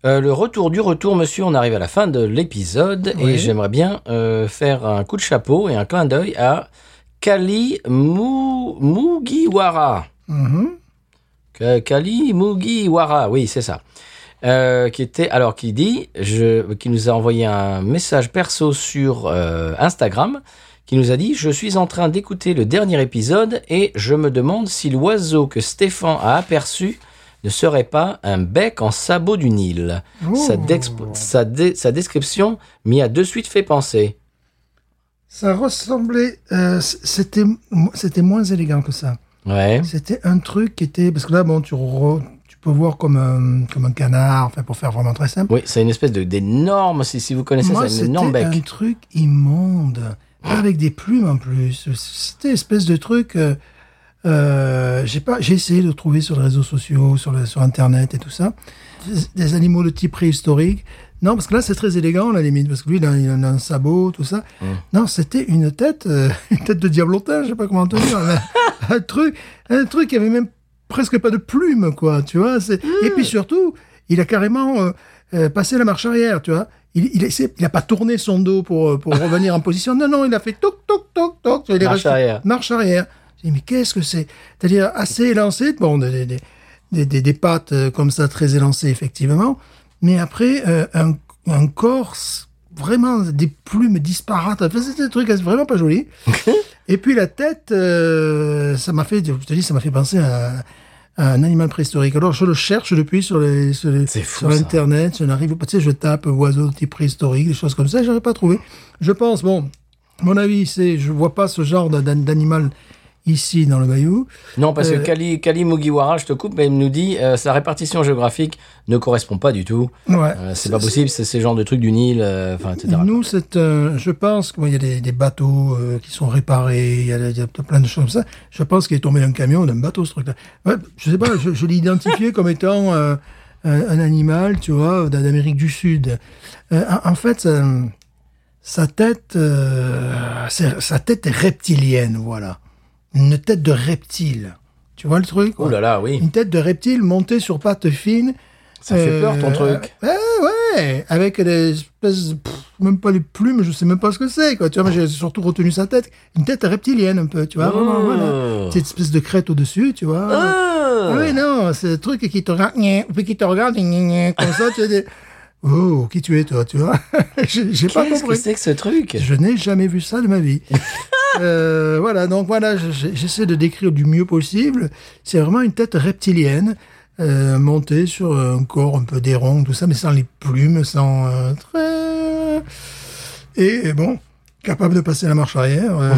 Euh, le retour du retour, monsieur, on arrive à la fin de l'épisode et Oui. j'aimerais bien euh, faire un coup de chapeau et un clin d'œil à Kali Mou- Mugiwara. Mhm. Ka- Kali Mugiwara, oui, c'est ça. Euh, qui était alors qui dit je, qui nous a envoyé un message perso sur euh, Instagram qui nous a dit je suis en train d'écouter le dernier épisode et je me demande si l'oiseau que Stéphane a aperçu ne serait pas un bec en sabot du Nil. Sa, Oh. dexp- sa, dé- sa description m'y a de suite fait penser. Ça ressemblait, euh, c- c'était, c'était moins élégant que ça. Ouais. C'était un truc qui était, parce que là, bon, tu, re- tu peux voir comme un, comme un canard, enfin, pour faire vraiment très simple. Oui, c'est une espèce de d'énorme si, si vous connaissez Moi, c'est c'était un énorme bec. un truc immonde, avec des plumes en plus. C'était une espèce de truc. euh, euh, j'ai pas, j'ai essayé de trouver sur les réseaux sociaux, sur, le- sur internet et tout ça, des, des animaux de type préhistorique. Non, parce que là, c'est très élégant à la limite, parce que lui, il a, il en a un sabot, tout ça. Non, c'était une tête, euh, une tête de diablotin, je sais pas comment te dire, là. un truc, un truc qui avait même presque pas de plumes, quoi, tu vois. c'est- Et Hmm. puis surtout, il a carrément euh, euh, passé la marche arrière, tu vois. Il, il, essaie- il a pas tourné son dos pour, euh, pour revenir en position. Non, non, il a fait toc, toc, toc, toc. Il est Marche resté- arrière. Marche arrière. J'ai dit, mais qu'est-ce que c'est C'est-à-dire assez élancé, bon, des, des- des, des, des, des pattes euh, comme ça très élancées, effectivement, mais après, euh, un, un corse, vraiment des plumes disparates. Enfin, c'était un truc vraiment pas joli. Et puis la tête, euh, ça m'a fait, je te dis, ça m'a fait penser à, à un animal préhistorique. Alors je le cherche depuis sur les sur, les- C'est fou, sur ça. internet, je n'arrive pas. Tu sais, je tape oiseau de type préhistorique, des choses comme ça, j'aurais pas trouvé. Je pense, bon, mon avis, c'est, je vois pas ce genre d'a- d'animal ici dans le bayou. Non, parce Euh, que Kali, Kali Mugiwara, je te coupe, mais il nous dit euh, sa répartition géographique ne correspond pas du tout. Ouais. Euh, c'est pas possible, c'est ces genres de trucs du Nil, euh, enfin, etc. Nous, c'est, euh, je pense qu'il y a des, des bateaux euh, qui sont réparés, il y, a, il y a plein de choses comme ça. Je pense qu'il est tombé d'un camion, d'un bateau, ce truc-là. Ouais, je sais pas, je, je l'ai identifié comme étant euh, un, un animal, tu vois, d'a- d'Amérique du Sud. Euh, en, en fait, ça- sa tête, euh, c'est- sa tête est reptilienne, voilà. Une tête de reptile. Tu vois le truc Oh quoi là là, oui. Une tête de reptile montée sur pattes fines. Ça fait peur, ton Euh, truc. Ouais, ouais, avec des espèces, de- pff, même pas les plumes, je sais même pas ce que c'est, quoi. Tu vois, moi, j'ai surtout retenu sa tête, une tête reptilienne un peu, tu vois. vraiment, Oh. voilà. Cette espèce de crête au-dessus, tu vois. Ah euh, Oui, non, c'est le truc qui te regarde, gna, puis qui te regarde, gna, gna, comme ça, tu dis, oh, qui tu es, toi, tu vois. J'ai j'ai pas Qu'est-ce que compris. c'est que ce truc Je n'ai jamais vu ça de ma vie. Euh, voilà, donc voilà, je- je- j'essaie de décrire du mieux possible. C'est vraiment une tête reptilienne euh, montée sur un corps un peu d'airon, tout ça, mais sans les plumes, sans euh, très- Et, et bon, capable de passer la marche arrière. euh,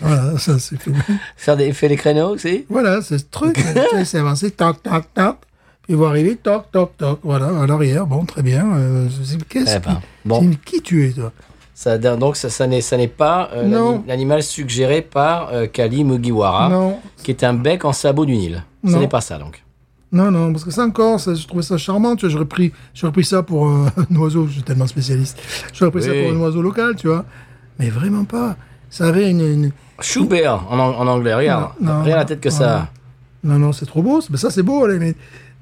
voilà, ça c'est tout. Faire des, fait les créneaux aussi Voilà, c'est ce truc, tu sais, c'est avancé, toc, toc, toc. Puis vous arrivez, toc, toc, toc. Voilà, à l'arrière, bon, très bien. euh, c'est- Qu'est-ce Eh ben, qui- bon. c'est- qui tu es, toi ça, Donc, ça, ça n'est ça n'est pas euh, Non. l'ani- l'animal suggéré par euh, Kali Mugiwara, Non, qui est un bec en sabot du Nil. Ce Non. n'est pas ça, donc. Non, non, parce que ça encore, ça, je trouvais ça charmant, tu vois, j'aurais pris, j'aurais pris ça pour euh, un oiseau, je suis tellement spécialiste, j'aurais pris ça Oui. pour un oiseau local, tu vois, mais vraiment pas, ça avait une... une- Schubert, en, an- en anglais, regarde. Non, non, Rien à la tête que ça. Non, non, c'est trop beau, c'est- mais ça c'est beau, allez, mais...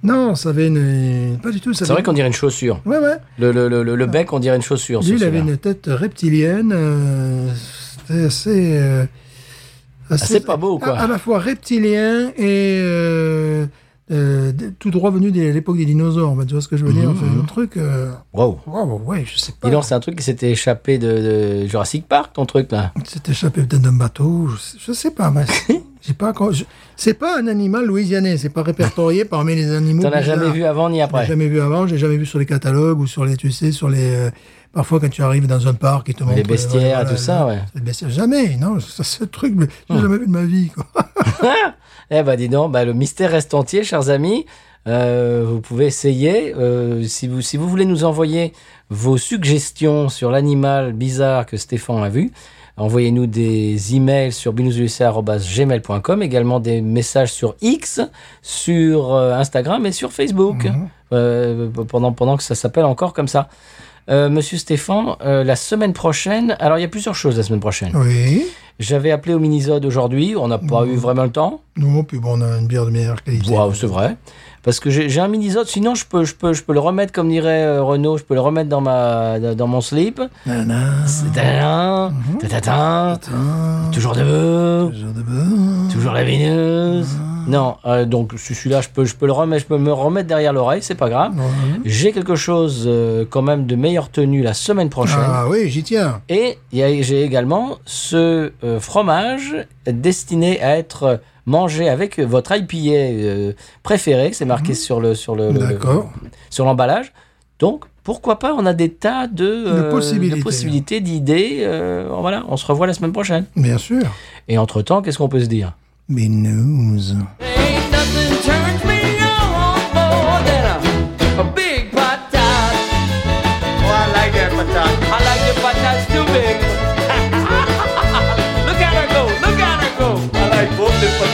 Non, ça avait une... Pas du tout, ça C'est avait... vrai qu'on dirait une chaussure. Ouais, ouais, Le, le, le, le- le bec, on dirait une chaussure. lui, il ce- avait celui-là. une tête reptilienne, euh, c'était assez... euh, c'est pas beau, quoi. À, à la fois reptilien et... euh, euh, d- tout droit venu de l'époque des dinosaures, bah, tu vois ce que je veux Mhm, dire enfin, Un truc... euh, Wow. Wow, ouais, je sais pas. Dis donc, c'est un truc qui s'était échappé de, de Jurassic Park, ton truc là. C'est échappé peut-être d'un bateau, je sais, je sais pas. mais c'est- j'ai pas. encore- je- C'est pas un animal louisianais, c'est pas répertorié parmi les animaux. T'en as bizarres. jamais vu avant ni Je l'ai après. jamais vu avant, j'ai jamais vu sur les catalogues ou sur les, tu sais, sur les. euh, parfois quand tu arrives dans un parc, ils te montrent euh, bestiaires et tout ça, ouais. Ah. Les bestiaires, jamais, non, ça, ce truc, mais j'ai jamais vu de ma vie. Quoi. Eh ben dis donc, bah, le mystère reste entier, chers amis. Euh, vous pouvez essayer. Euh, si, vous, si vous voulez nous envoyer vos suggestions sur l'animal bizarre que Stéphane a vu, envoyez-nous des emails sur binoususa.gmail.com, également des messages sur X, sur euh, Instagram et sur Facebook, Euh, pendant, pendant que ça s'appelle encore comme ça. Euh, Monsieur Stéphane, euh, la semaine prochaine, alors il y a plusieurs choses la semaine Oh. prochaine. Oui. J'avais appelé au Minisode aujourd'hui, on n'a pas eu vraiment le temps. Non, puis bon, on a une bière de meilleure qualité. Ouais, c'est vrai. Parce que j'ai j'ai un minisode, sinon je peux, je, peux, je peux le remettre, comme dirait euh, Renaud, je peux le remettre dans, ma, dans mon slip. Nana, C'est tadadin, tatatin, putain, toujours debout, genre de beurre. toujours la veineuse. Non, euh, donc ce- celui-là, je peux, je, peux le remettre, je peux me remettre derrière l'oreille, c'est pas grave. Ah, Ouais. J'ai quelque chose euh, quand même de meilleure tenue la semaine prochaine. Ah oui, j'y tiens. Et il y a- j'ai également ce euh, fromage destiné à être mangé avec votre IPA euh, préféré. C'est marqué sur le sur le, le- Mhm. D'accord. sur l'emballage. Donc pourquoi pas On a des tas de, euh, possibilités. de possibilités, d'idées. euh, voilà, on se revoit la semaine prochaine. Bien sûr. Et entre temps, qu'est-ce qu'on peut se dire Mais news. Ain't nothing turns me on more than a, a big patat. Oh, I like that patat. I like the patats too big. look at her go, look at her go. I like both the